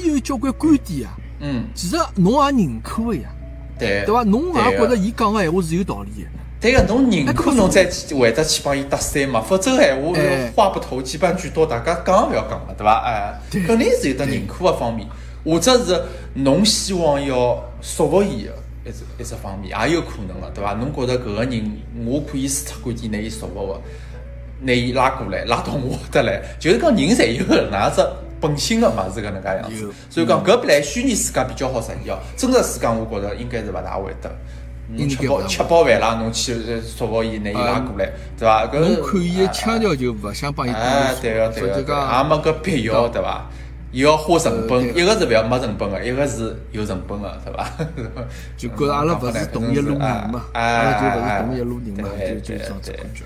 Speaker 1: 也有交关观点啊，
Speaker 3: 嗯，
Speaker 1: 其实侬也认可个呀，
Speaker 3: 对，
Speaker 1: 对伐？侬也
Speaker 3: 哎对
Speaker 1: 觉着
Speaker 3: 个
Speaker 1: 伊讲个闲话是有道理的。
Speaker 3: 对个，侬认可侬再去会得去帮伊搭讪嘛，否则闲话
Speaker 1: 哎
Speaker 3: 话不投机半句多，大家讲也勿要讲了，对伐？哎，肯定是有得认可个方面，或者是侬希望要说服伊个一只一只方面，也有可能个，对伐？侬觉着搿个人，我可以输出观点拿伊说服个，拿伊拉过来，拉到我得来，就是讲人侪有搿能介只本性个嘛，是搿能介样
Speaker 1: 有嗯
Speaker 3: 子。所以讲搿本来虚拟世界比较好实现哦，真实世界我觉着应该是勿大会得。侬
Speaker 1: 应
Speaker 3: 吃
Speaker 1: 该勿
Speaker 3: 饱
Speaker 1: 大
Speaker 3: 吃饱饭啦，侬去呃说服伊拿伊拉过来，对伐？搿
Speaker 1: 嗯侬看伊个腔调就勿想帮伊
Speaker 3: 呃哎，对个
Speaker 1: 搭
Speaker 3: 对
Speaker 1: 所以
Speaker 3: 个，
Speaker 1: 就
Speaker 3: 对个
Speaker 1: 讲
Speaker 3: 也没搿必要，对伐？又要花成本
Speaker 1: 呃，对
Speaker 3: 一个是勿要没成本个，一个是有成本个，对伐？
Speaker 1: 就
Speaker 3: 嗯
Speaker 1: 觉着阿拉勿是同一路人嘛，
Speaker 3: 哎
Speaker 1: 阿拉就勿
Speaker 3: 哎
Speaker 1: 是同一路人嘛，
Speaker 3: 对
Speaker 1: 就就这样子
Speaker 3: 对
Speaker 1: 感觉。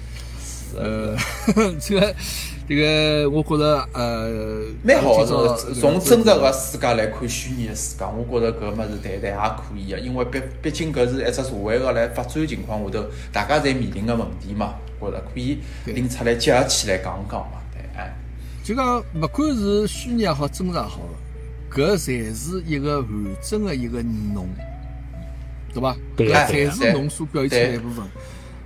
Speaker 1: 呃， 这个这个，我觉着呃，
Speaker 3: 蛮好
Speaker 1: 今朝
Speaker 3: 个，
Speaker 1: 这个
Speaker 3: 是从真实个世界来看虚拟个世界，我觉着搿物事谈谈也可以个，因为毕毕竟搿是一只社会个来发展情况下头，大家侪面临个问题嘛，觉着可以
Speaker 1: 对
Speaker 3: 拎出来结合起来讲讲嘛，对，哎，
Speaker 1: 就讲勿管是虚拟也好，真实也好，搿侪是一个完整的一个侬，对伐？
Speaker 2: 对
Speaker 1: 搿
Speaker 2: 啊对
Speaker 1: 才
Speaker 2: 嗯啊
Speaker 1: 是侬所表现出来一部分。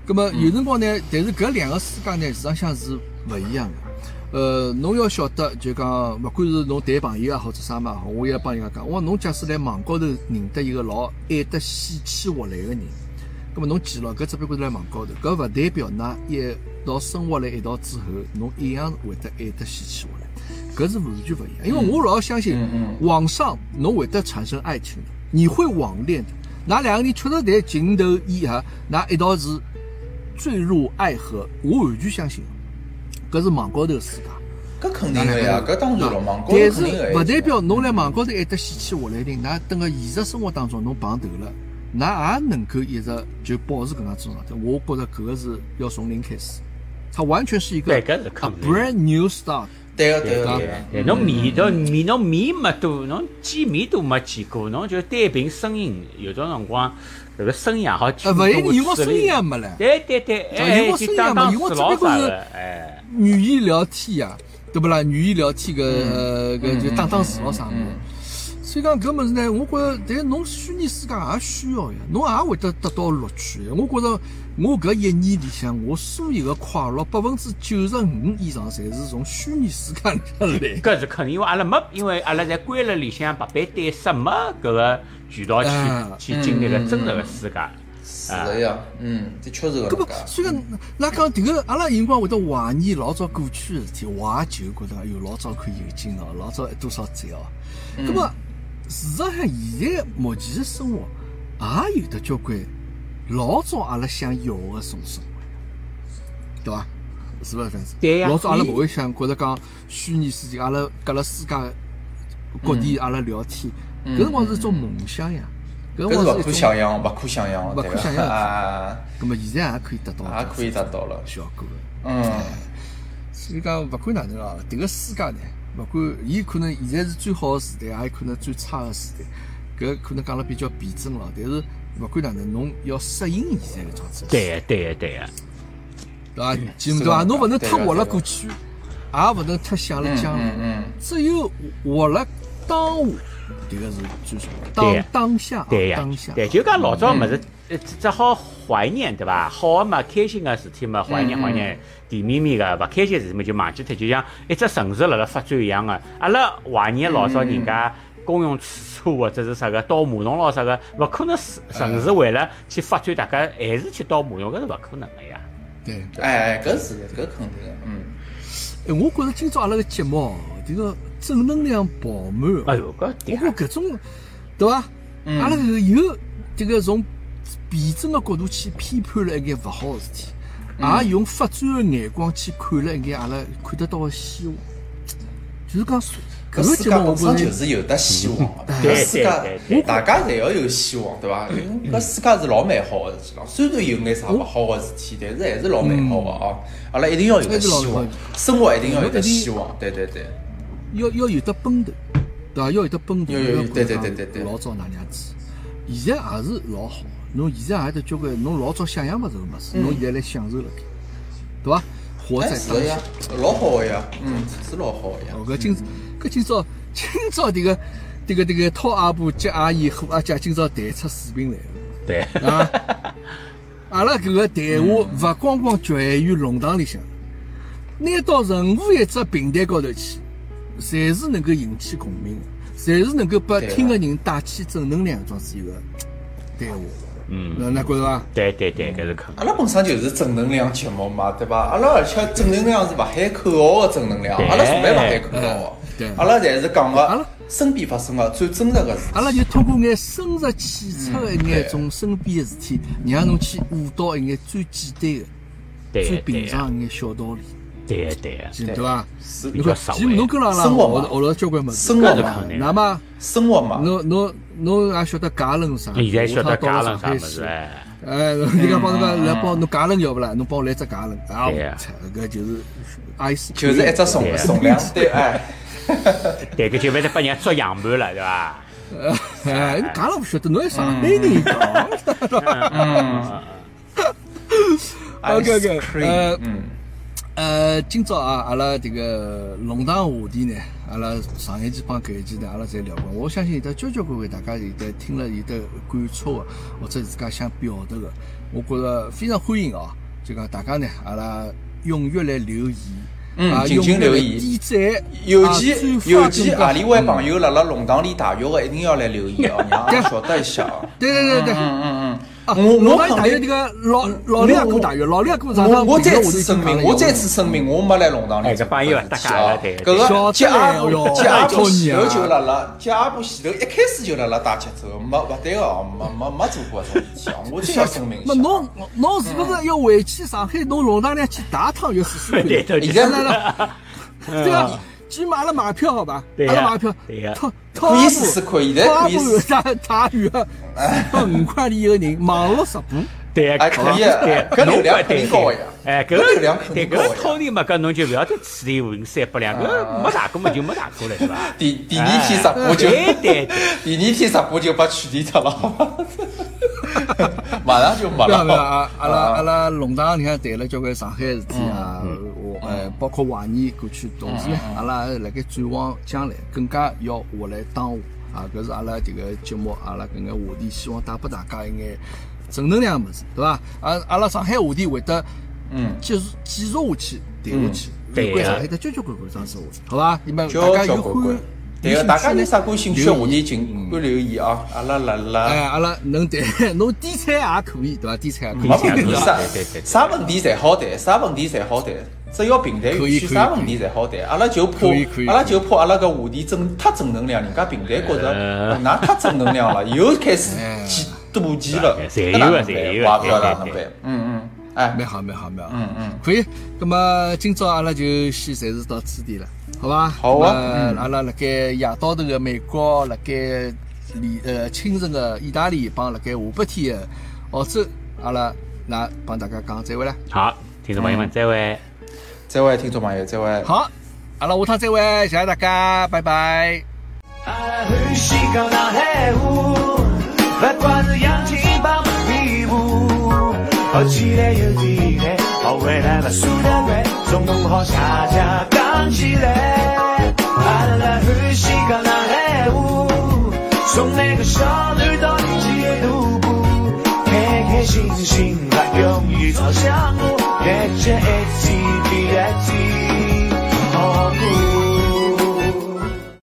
Speaker 1: 葛么有辰光呢，但是搿两个世界呢，实际上是勿一样的。呃，侬要晓得，就讲，勿管是侬谈朋友也好，做啥嘛也好，我也帮人家讲，我讲侬假使来网高头认得一个老爱得啊死去活来个人，葛么侬记牢，搿只不过是来网高头，搿勿代表㑚一道生活辣一道之后，侬一样会得爱得喜气活来，搿是完全勿一样。因为我老相信，网上侬会得产生爱情的，你会网恋的，㑚两个人确实侪情投意合，㑚一道是坠入爱河，我完全相信，搿是网高头世界。
Speaker 3: 搿肯定个呀，搿当然了，网高头
Speaker 1: 但
Speaker 3: 肯
Speaker 1: 是
Speaker 3: 定个。
Speaker 1: 勿代表侬辣网高头爱得喜气活来的，㑚等个现实生活当中侬碰头了，㑚也能够一直就保持搿能种状态。我觉着搿个是要从零开始，它完全是一个
Speaker 2: 对搿是
Speaker 1: a
Speaker 2: 肯定
Speaker 1: brand new start。
Speaker 3: 对个，对个，对
Speaker 1: 对
Speaker 3: 个。
Speaker 2: 对，侬面都面侬面没多，侬见面都没见过，侬就单凭声音，有种辰光搿个声音也好
Speaker 1: 呃，
Speaker 2: 听
Speaker 1: 勿
Speaker 2: 得
Speaker 1: 一定，有
Speaker 2: 我
Speaker 1: 我
Speaker 2: 嘴
Speaker 1: 声音
Speaker 2: 里
Speaker 1: 也没唻，
Speaker 2: 对对对，
Speaker 1: 有
Speaker 2: 哎，
Speaker 1: 我
Speaker 2: 就
Speaker 1: 声音
Speaker 2: 当
Speaker 1: 嘛
Speaker 2: 当
Speaker 1: 有我只
Speaker 2: 时
Speaker 1: 不
Speaker 2: 老
Speaker 1: 过
Speaker 2: 啥
Speaker 1: 是
Speaker 2: 个，哎，
Speaker 1: 语言聊天呀，对不啦？语言聊天搿
Speaker 3: 嗯
Speaker 1: 呃搿就打打字咯啥物事。所以讲搿物事呢，我觉着，但是侬虚拟世界也需要呀，侬也会得得到乐趣的。我觉着，我搿一年里向，我所有的快乐百分之九十五以上，侪是从虚拟世界里向来的。
Speaker 2: 搿是肯定，因为阿拉没，因为阿拉在关了里向白板对室没搿个渠道去
Speaker 1: 啊嗯
Speaker 2: 去经历了真实个世界，
Speaker 3: 是个呀，嗯，的确是搿
Speaker 1: 搿
Speaker 3: 能
Speaker 1: 么
Speaker 3: 介。
Speaker 1: 虽然㑚讲迭个，阿拉有辰光会得怀念老早过去个事体，怀旧觉得哎哟老早可以有劲哦，老早多少罪哦。
Speaker 3: 嗯
Speaker 1: 搿么事实上，现在目前个生活也有得交关老早阿拉想要个种生活，对伐？是勿是搿样子？
Speaker 2: 对呀
Speaker 1: 老早阿拉
Speaker 2: 所以
Speaker 1: 勿会想觉着讲虚拟世界，阿拉搿辣世界各地
Speaker 3: 嗯
Speaker 1: 阿拉聊天，搿辰光是一种梦想呀。搿辰
Speaker 3: 搿是
Speaker 1: 光
Speaker 3: 勿
Speaker 1: 是
Speaker 3: 可
Speaker 1: 一种，
Speaker 3: 想象，勿可想象
Speaker 1: 勿
Speaker 3: 的，对
Speaker 1: 可想象
Speaker 3: 个，啊，
Speaker 1: 搿么现在也可以得到
Speaker 3: 也可以达到了。
Speaker 1: 效果个。
Speaker 3: 嗯，
Speaker 1: 所以讲，勿管哪能啊，迭个世界呢，勿管伊可能现在是最好个时代，也有可能最差个时代，搿可能讲了比较辩证了。但是勿管哪能，侬要适应现在搿种状态，
Speaker 2: 对对对啊个。
Speaker 1: 对伐？记对伐？
Speaker 3: 是的
Speaker 1: 侬勿能
Speaker 3: 对
Speaker 1: 太
Speaker 3: 的
Speaker 1: 活了
Speaker 3: 对的
Speaker 1: 过去，也勿能太想了
Speaker 3: 嗯
Speaker 1: 将
Speaker 3: 嗯
Speaker 1: 来，
Speaker 3: 嗯，
Speaker 1: 只有活了当下，迭个是最重要的。
Speaker 2: 对呀
Speaker 1: 当当下啊，
Speaker 2: 对呀
Speaker 1: 当下，，嗯
Speaker 2: 对，就讲老早么子，呃只只好怀念，对伐？好个嘛，开心个事体嘛，怀念怀
Speaker 1: 嗯
Speaker 2: 念，甜蜜蜜个，勿开心的事体嘛就忘记脱，就像一只城市辣辣发展一样个。阿拉怀念老早人
Speaker 1: 嗯
Speaker 2: 家公用厕所或者是啥个倒马桶咯啥个，勿可能是城
Speaker 1: 啊
Speaker 2: 市为了去发展，大家还是去倒马桶，搿是勿可能个呀。
Speaker 1: 对。
Speaker 3: 哎哎，搿是的，搿肯定的，嗯。
Speaker 1: 哎，我觉着今朝阿拉个节目哦，迭个正能量饱满哦。
Speaker 2: 哎哟，搿
Speaker 1: 不
Speaker 2: 点
Speaker 1: 过搿种，对伐？
Speaker 3: 嗯
Speaker 1: 阿拉搿个有这个从辩证的角度去批判了一眼勿好的事体，
Speaker 3: 嗯
Speaker 1: 也用发展的眼光去看了一眼阿拉看得到的希望。就是讲，搿个
Speaker 3: 世界
Speaker 1: 节目我嗯
Speaker 3: 本身
Speaker 1: 觉
Speaker 3: 就
Speaker 1: 着，
Speaker 3: 是有得希望的，
Speaker 2: 对
Speaker 3: 搿世
Speaker 2: 对对
Speaker 3: 界大家侪要有希望，对伐？搿世界是老美好的事体了，虽然有眼啥勿好的事体，但是还是老美好的哦。阿拉一定要有得希
Speaker 1: 嗯
Speaker 3: 望
Speaker 1: 还是老美好，
Speaker 3: 生活一定要有得希望，对对对，
Speaker 1: 要要有得奔头，对伐？要有得奔头，
Speaker 3: 要
Speaker 1: 勿
Speaker 3: 有
Speaker 1: 要
Speaker 3: 对对
Speaker 1: 讲
Speaker 3: 对对对
Speaker 1: 老早哪能样子，现在也是老好。侬现在也得交关，侬老早想象勿着个物事，侬现在来享受了该，对伐？活在
Speaker 3: 嗯哎
Speaker 1: 当
Speaker 3: 是的
Speaker 1: 下
Speaker 3: 呀。，老好的呀，嗯，是老好的呀。
Speaker 1: 哦，搿今搿今朝 今朝迭个迭个迭个掏阿婆接阿姨和阿姐今朝谈出水平来了
Speaker 2: 对，
Speaker 1: 啊！阿拉搿个谈话勿光光局限于弄堂里向，拿到任何一只平台高头去，侪是能够引起共鸣的，侪是能够拨
Speaker 3: 对
Speaker 1: 听个人带起正能量，桩子一个谈话。
Speaker 2: 嗯，
Speaker 1: 那那觉着啊伐？
Speaker 2: 对对对，搿是肯定。
Speaker 3: 阿拉本身就是正能量节目嘛，对伐？阿拉而且正能量是勿喊口号的正能量，
Speaker 2: 对
Speaker 3: 阿拉从来勿喊口号
Speaker 1: 对
Speaker 3: 的，阿拉侪是讲
Speaker 1: 阿
Speaker 3: 个
Speaker 1: 拉
Speaker 3: 身边发生个最真实个事体。
Speaker 1: 阿拉就通过眼深入浅出的一
Speaker 3: 对
Speaker 1: 眼种身边的事体，让侬去悟到一眼最简单的。最
Speaker 2: 对啊
Speaker 1: 平
Speaker 2: 对
Speaker 1: 常的一眼小道理，
Speaker 2: 对对，
Speaker 1: 记对伐？
Speaker 3: 是
Speaker 1: 侬
Speaker 2: 比较
Speaker 1: 看
Speaker 2: 少，哎
Speaker 1: 其实侬跟阿拉
Speaker 3: 生活
Speaker 1: 学
Speaker 3: 嘛
Speaker 1: 学了交关物事
Speaker 3: 生，活啊
Speaker 2: 搿是
Speaker 3: 嘛
Speaker 2: 肯，定
Speaker 1: 那么
Speaker 3: 生活嘛，
Speaker 1: 侬侬侬也晓得假冷啥？
Speaker 2: 现在晓得家
Speaker 1: 冷
Speaker 2: 人啥物事哎。
Speaker 1: 哎，人家帮侬讲来帮侬假冷要不啦？侬帮我来只假冷，啊，
Speaker 2: 嗯对呀
Speaker 1: 我操搿就是爱死，
Speaker 3: 就是一只重
Speaker 2: 对
Speaker 3: 重量对 哎，
Speaker 2: 对，搿就勿是把人家捉样板了，对伐？
Speaker 1: 哎，侬假冷勿晓得，侬还上
Speaker 3: 嗯
Speaker 1: 班人讲 OK，OK，
Speaker 3: ice cream，
Speaker 1: 呃
Speaker 3: 嗯，
Speaker 1: 呃，今朝啊，阿拉迭个弄堂话题呢，阿拉上一期帮搿一期呢，阿拉侪聊过。我相信有得交交关关，大家有得听了有得感触个，或者自家想表达个，我觉着非常欢迎哦。就讲大家呢，阿拉踊跃来留言，
Speaker 3: 嗯
Speaker 1: 啊，
Speaker 3: 尽情
Speaker 1: 踊跃来
Speaker 3: 留言
Speaker 1: 点赞，
Speaker 3: 有
Speaker 1: 啊
Speaker 3: 机
Speaker 1: 转发
Speaker 3: 有机，
Speaker 1: 各种
Speaker 3: 阿里位
Speaker 1: 嗯
Speaker 3: 朋友啊 辣辣弄堂里汏浴的，一定要来留言哦，让阿拉晓得一下哦。
Speaker 1: 对对对对，
Speaker 3: 嗯嗯嗯，我
Speaker 1: 老
Speaker 3: 我
Speaker 1: 大爷
Speaker 3: 旁
Speaker 1: 大约
Speaker 3: 边
Speaker 1: 这个老老李阿哥大约，老李阿哥上
Speaker 3: 我
Speaker 1: 趟
Speaker 3: 我再
Speaker 1: 评论
Speaker 3: 次
Speaker 1: 就
Speaker 3: 声
Speaker 1: 讲了
Speaker 3: 明，
Speaker 1: 一
Speaker 3: 我
Speaker 1: 个
Speaker 3: 再
Speaker 1: 问
Speaker 3: 次
Speaker 1: 题
Speaker 3: 声明，我没来弄堂里
Speaker 2: 哎
Speaker 3: 做
Speaker 2: 搿帮友
Speaker 3: 搿
Speaker 2: 啊
Speaker 3: 事
Speaker 2: 搭界
Speaker 3: 体啊
Speaker 2: 了对
Speaker 3: 搿
Speaker 1: 晓
Speaker 3: 个
Speaker 1: 得
Speaker 3: 吉阿
Speaker 1: 了哟
Speaker 3: 婆，吉阿
Speaker 1: 太讨
Speaker 3: 婆前头
Speaker 1: 厌
Speaker 3: 就
Speaker 1: 了
Speaker 3: 辣辣，吉阿婆前头一开始就辣辣带节奏，没勿对个哦，没没没做过搿种事体啊，我真要声明一
Speaker 1: 那
Speaker 3: 下。
Speaker 1: 侬侬是不是要回去上海侬弄堂里去打趟就试试看？
Speaker 2: 对头嗯
Speaker 3: 现
Speaker 1: 现
Speaker 3: 在
Speaker 1: 在
Speaker 3: 呢，
Speaker 1: 呢，对吧？去买了买票好吧？
Speaker 2: 对
Speaker 1: 买
Speaker 2: 呀
Speaker 1: 了买票，
Speaker 2: 对呀
Speaker 1: 掏掏
Speaker 3: 可以
Speaker 1: 阿
Speaker 3: 试试
Speaker 1: 布
Speaker 3: 看，现在
Speaker 1: 掏阿
Speaker 3: 可以
Speaker 1: 布有啥大鱼
Speaker 3: 试试。
Speaker 1: 啊？五块钿一个人，网络直播。
Speaker 2: 对呀，
Speaker 3: 哎
Speaker 2: 搿
Speaker 3: 可以啊
Speaker 2: 对呀，
Speaker 3: 搿流量
Speaker 2: 侬
Speaker 3: 肯
Speaker 2: 对
Speaker 3: 定高呀
Speaker 2: 哎，搿
Speaker 3: 搿流量肯
Speaker 2: 对
Speaker 3: 定高呀啊
Speaker 2: 搿讨论嘛，搿侬就勿要再此地无银三百两，搿没大过嘛就没大过了，是伐？
Speaker 3: 第第二天直播就，
Speaker 2: 哎对对对
Speaker 3: 第二天直播就被取缔掉了，马上就没
Speaker 1: 不要不要
Speaker 3: 了。
Speaker 1: 啊！阿拉阿拉弄堂里向谈了交关上海事体啊，
Speaker 3: 嗯
Speaker 1: 我呃包括怀念过去同时呢，阿拉辣盖展望将来，更加要活来当下啊！搿是阿拉迭个节目，阿拉搿眼话题，希望带拨大家一眼正能量的物事，对伐？啊，阿拉上海话题会得
Speaker 3: 嗯，
Speaker 1: 继续继续下去，谈下去，
Speaker 2: 对
Speaker 1: 有关
Speaker 2: 呀
Speaker 1: 上海的交交关关桩事话题，好伐？那么
Speaker 3: 交
Speaker 1: 大家
Speaker 3: 交
Speaker 1: 有
Speaker 3: 关关
Speaker 1: 欢，
Speaker 3: 对个，
Speaker 1: 有
Speaker 3: 大
Speaker 1: 兴
Speaker 3: 家
Speaker 1: 趣
Speaker 3: 有
Speaker 1: 呢
Speaker 3: 啥感兴趣的
Speaker 1: 留言
Speaker 3: 话题，尽管留言啊，阿拉辣
Speaker 1: 哎，
Speaker 3: 辣。
Speaker 1: 阿拉能谈， 侬点菜也可 以，对伐？点菜也可以，
Speaker 3: 没问题，啊
Speaker 2: 对
Speaker 3: 啥
Speaker 2: 对对对
Speaker 3: 啥问题侪好谈，啥问题侪好谈，只要平台
Speaker 1: 可
Speaker 3: 允
Speaker 1: 以
Speaker 3: 许，
Speaker 1: 可以
Speaker 3: 啥问题侪好谈。阿拉就怕
Speaker 1: 可以可以，
Speaker 3: 阿拉
Speaker 1: 可以
Speaker 3: 就怕阿拉个话题正太正能量，人家平台觉着
Speaker 2: 呃
Speaker 3: 㑚太正能量了，又开始
Speaker 1: 哎
Speaker 3: 起妒忌了，
Speaker 2: 侪
Speaker 3: 搿哪
Speaker 2: 有啊
Speaker 3: 能办
Speaker 2: 侪有
Speaker 3: 我
Speaker 2: 啊
Speaker 3: 也不晓得哪能
Speaker 2: 对
Speaker 3: 办
Speaker 2: 对。
Speaker 3: 嗯嗯，哎，
Speaker 1: 蛮好，蛮好，蛮好。
Speaker 3: 嗯嗯，
Speaker 1: 可以。那么今朝阿拉就先暂时到此地了，好吧？
Speaker 3: 好啊
Speaker 1: 那么阿拉辣盖夜到头的美国，辣盖里呃清晨的意大利，帮辣盖下半天的澳洲，阿拉那帮大家讲再会了。
Speaker 2: 好，听众朋友们，再会。
Speaker 3: 这位听众朋友，这位。
Speaker 1: 好，阿拉下趟再会，谢谢大家，拜拜。
Speaker 4: 阿拉啊欢喜讲上海话，不管是洋沏帮皮舞，学起来有点难，学会了不输得惯，总弄好恰恰讲起啊来。阿拉欢喜讲上海话，从那个小囡到年纪的大婆，开开心心不容易吵相骂，日脚一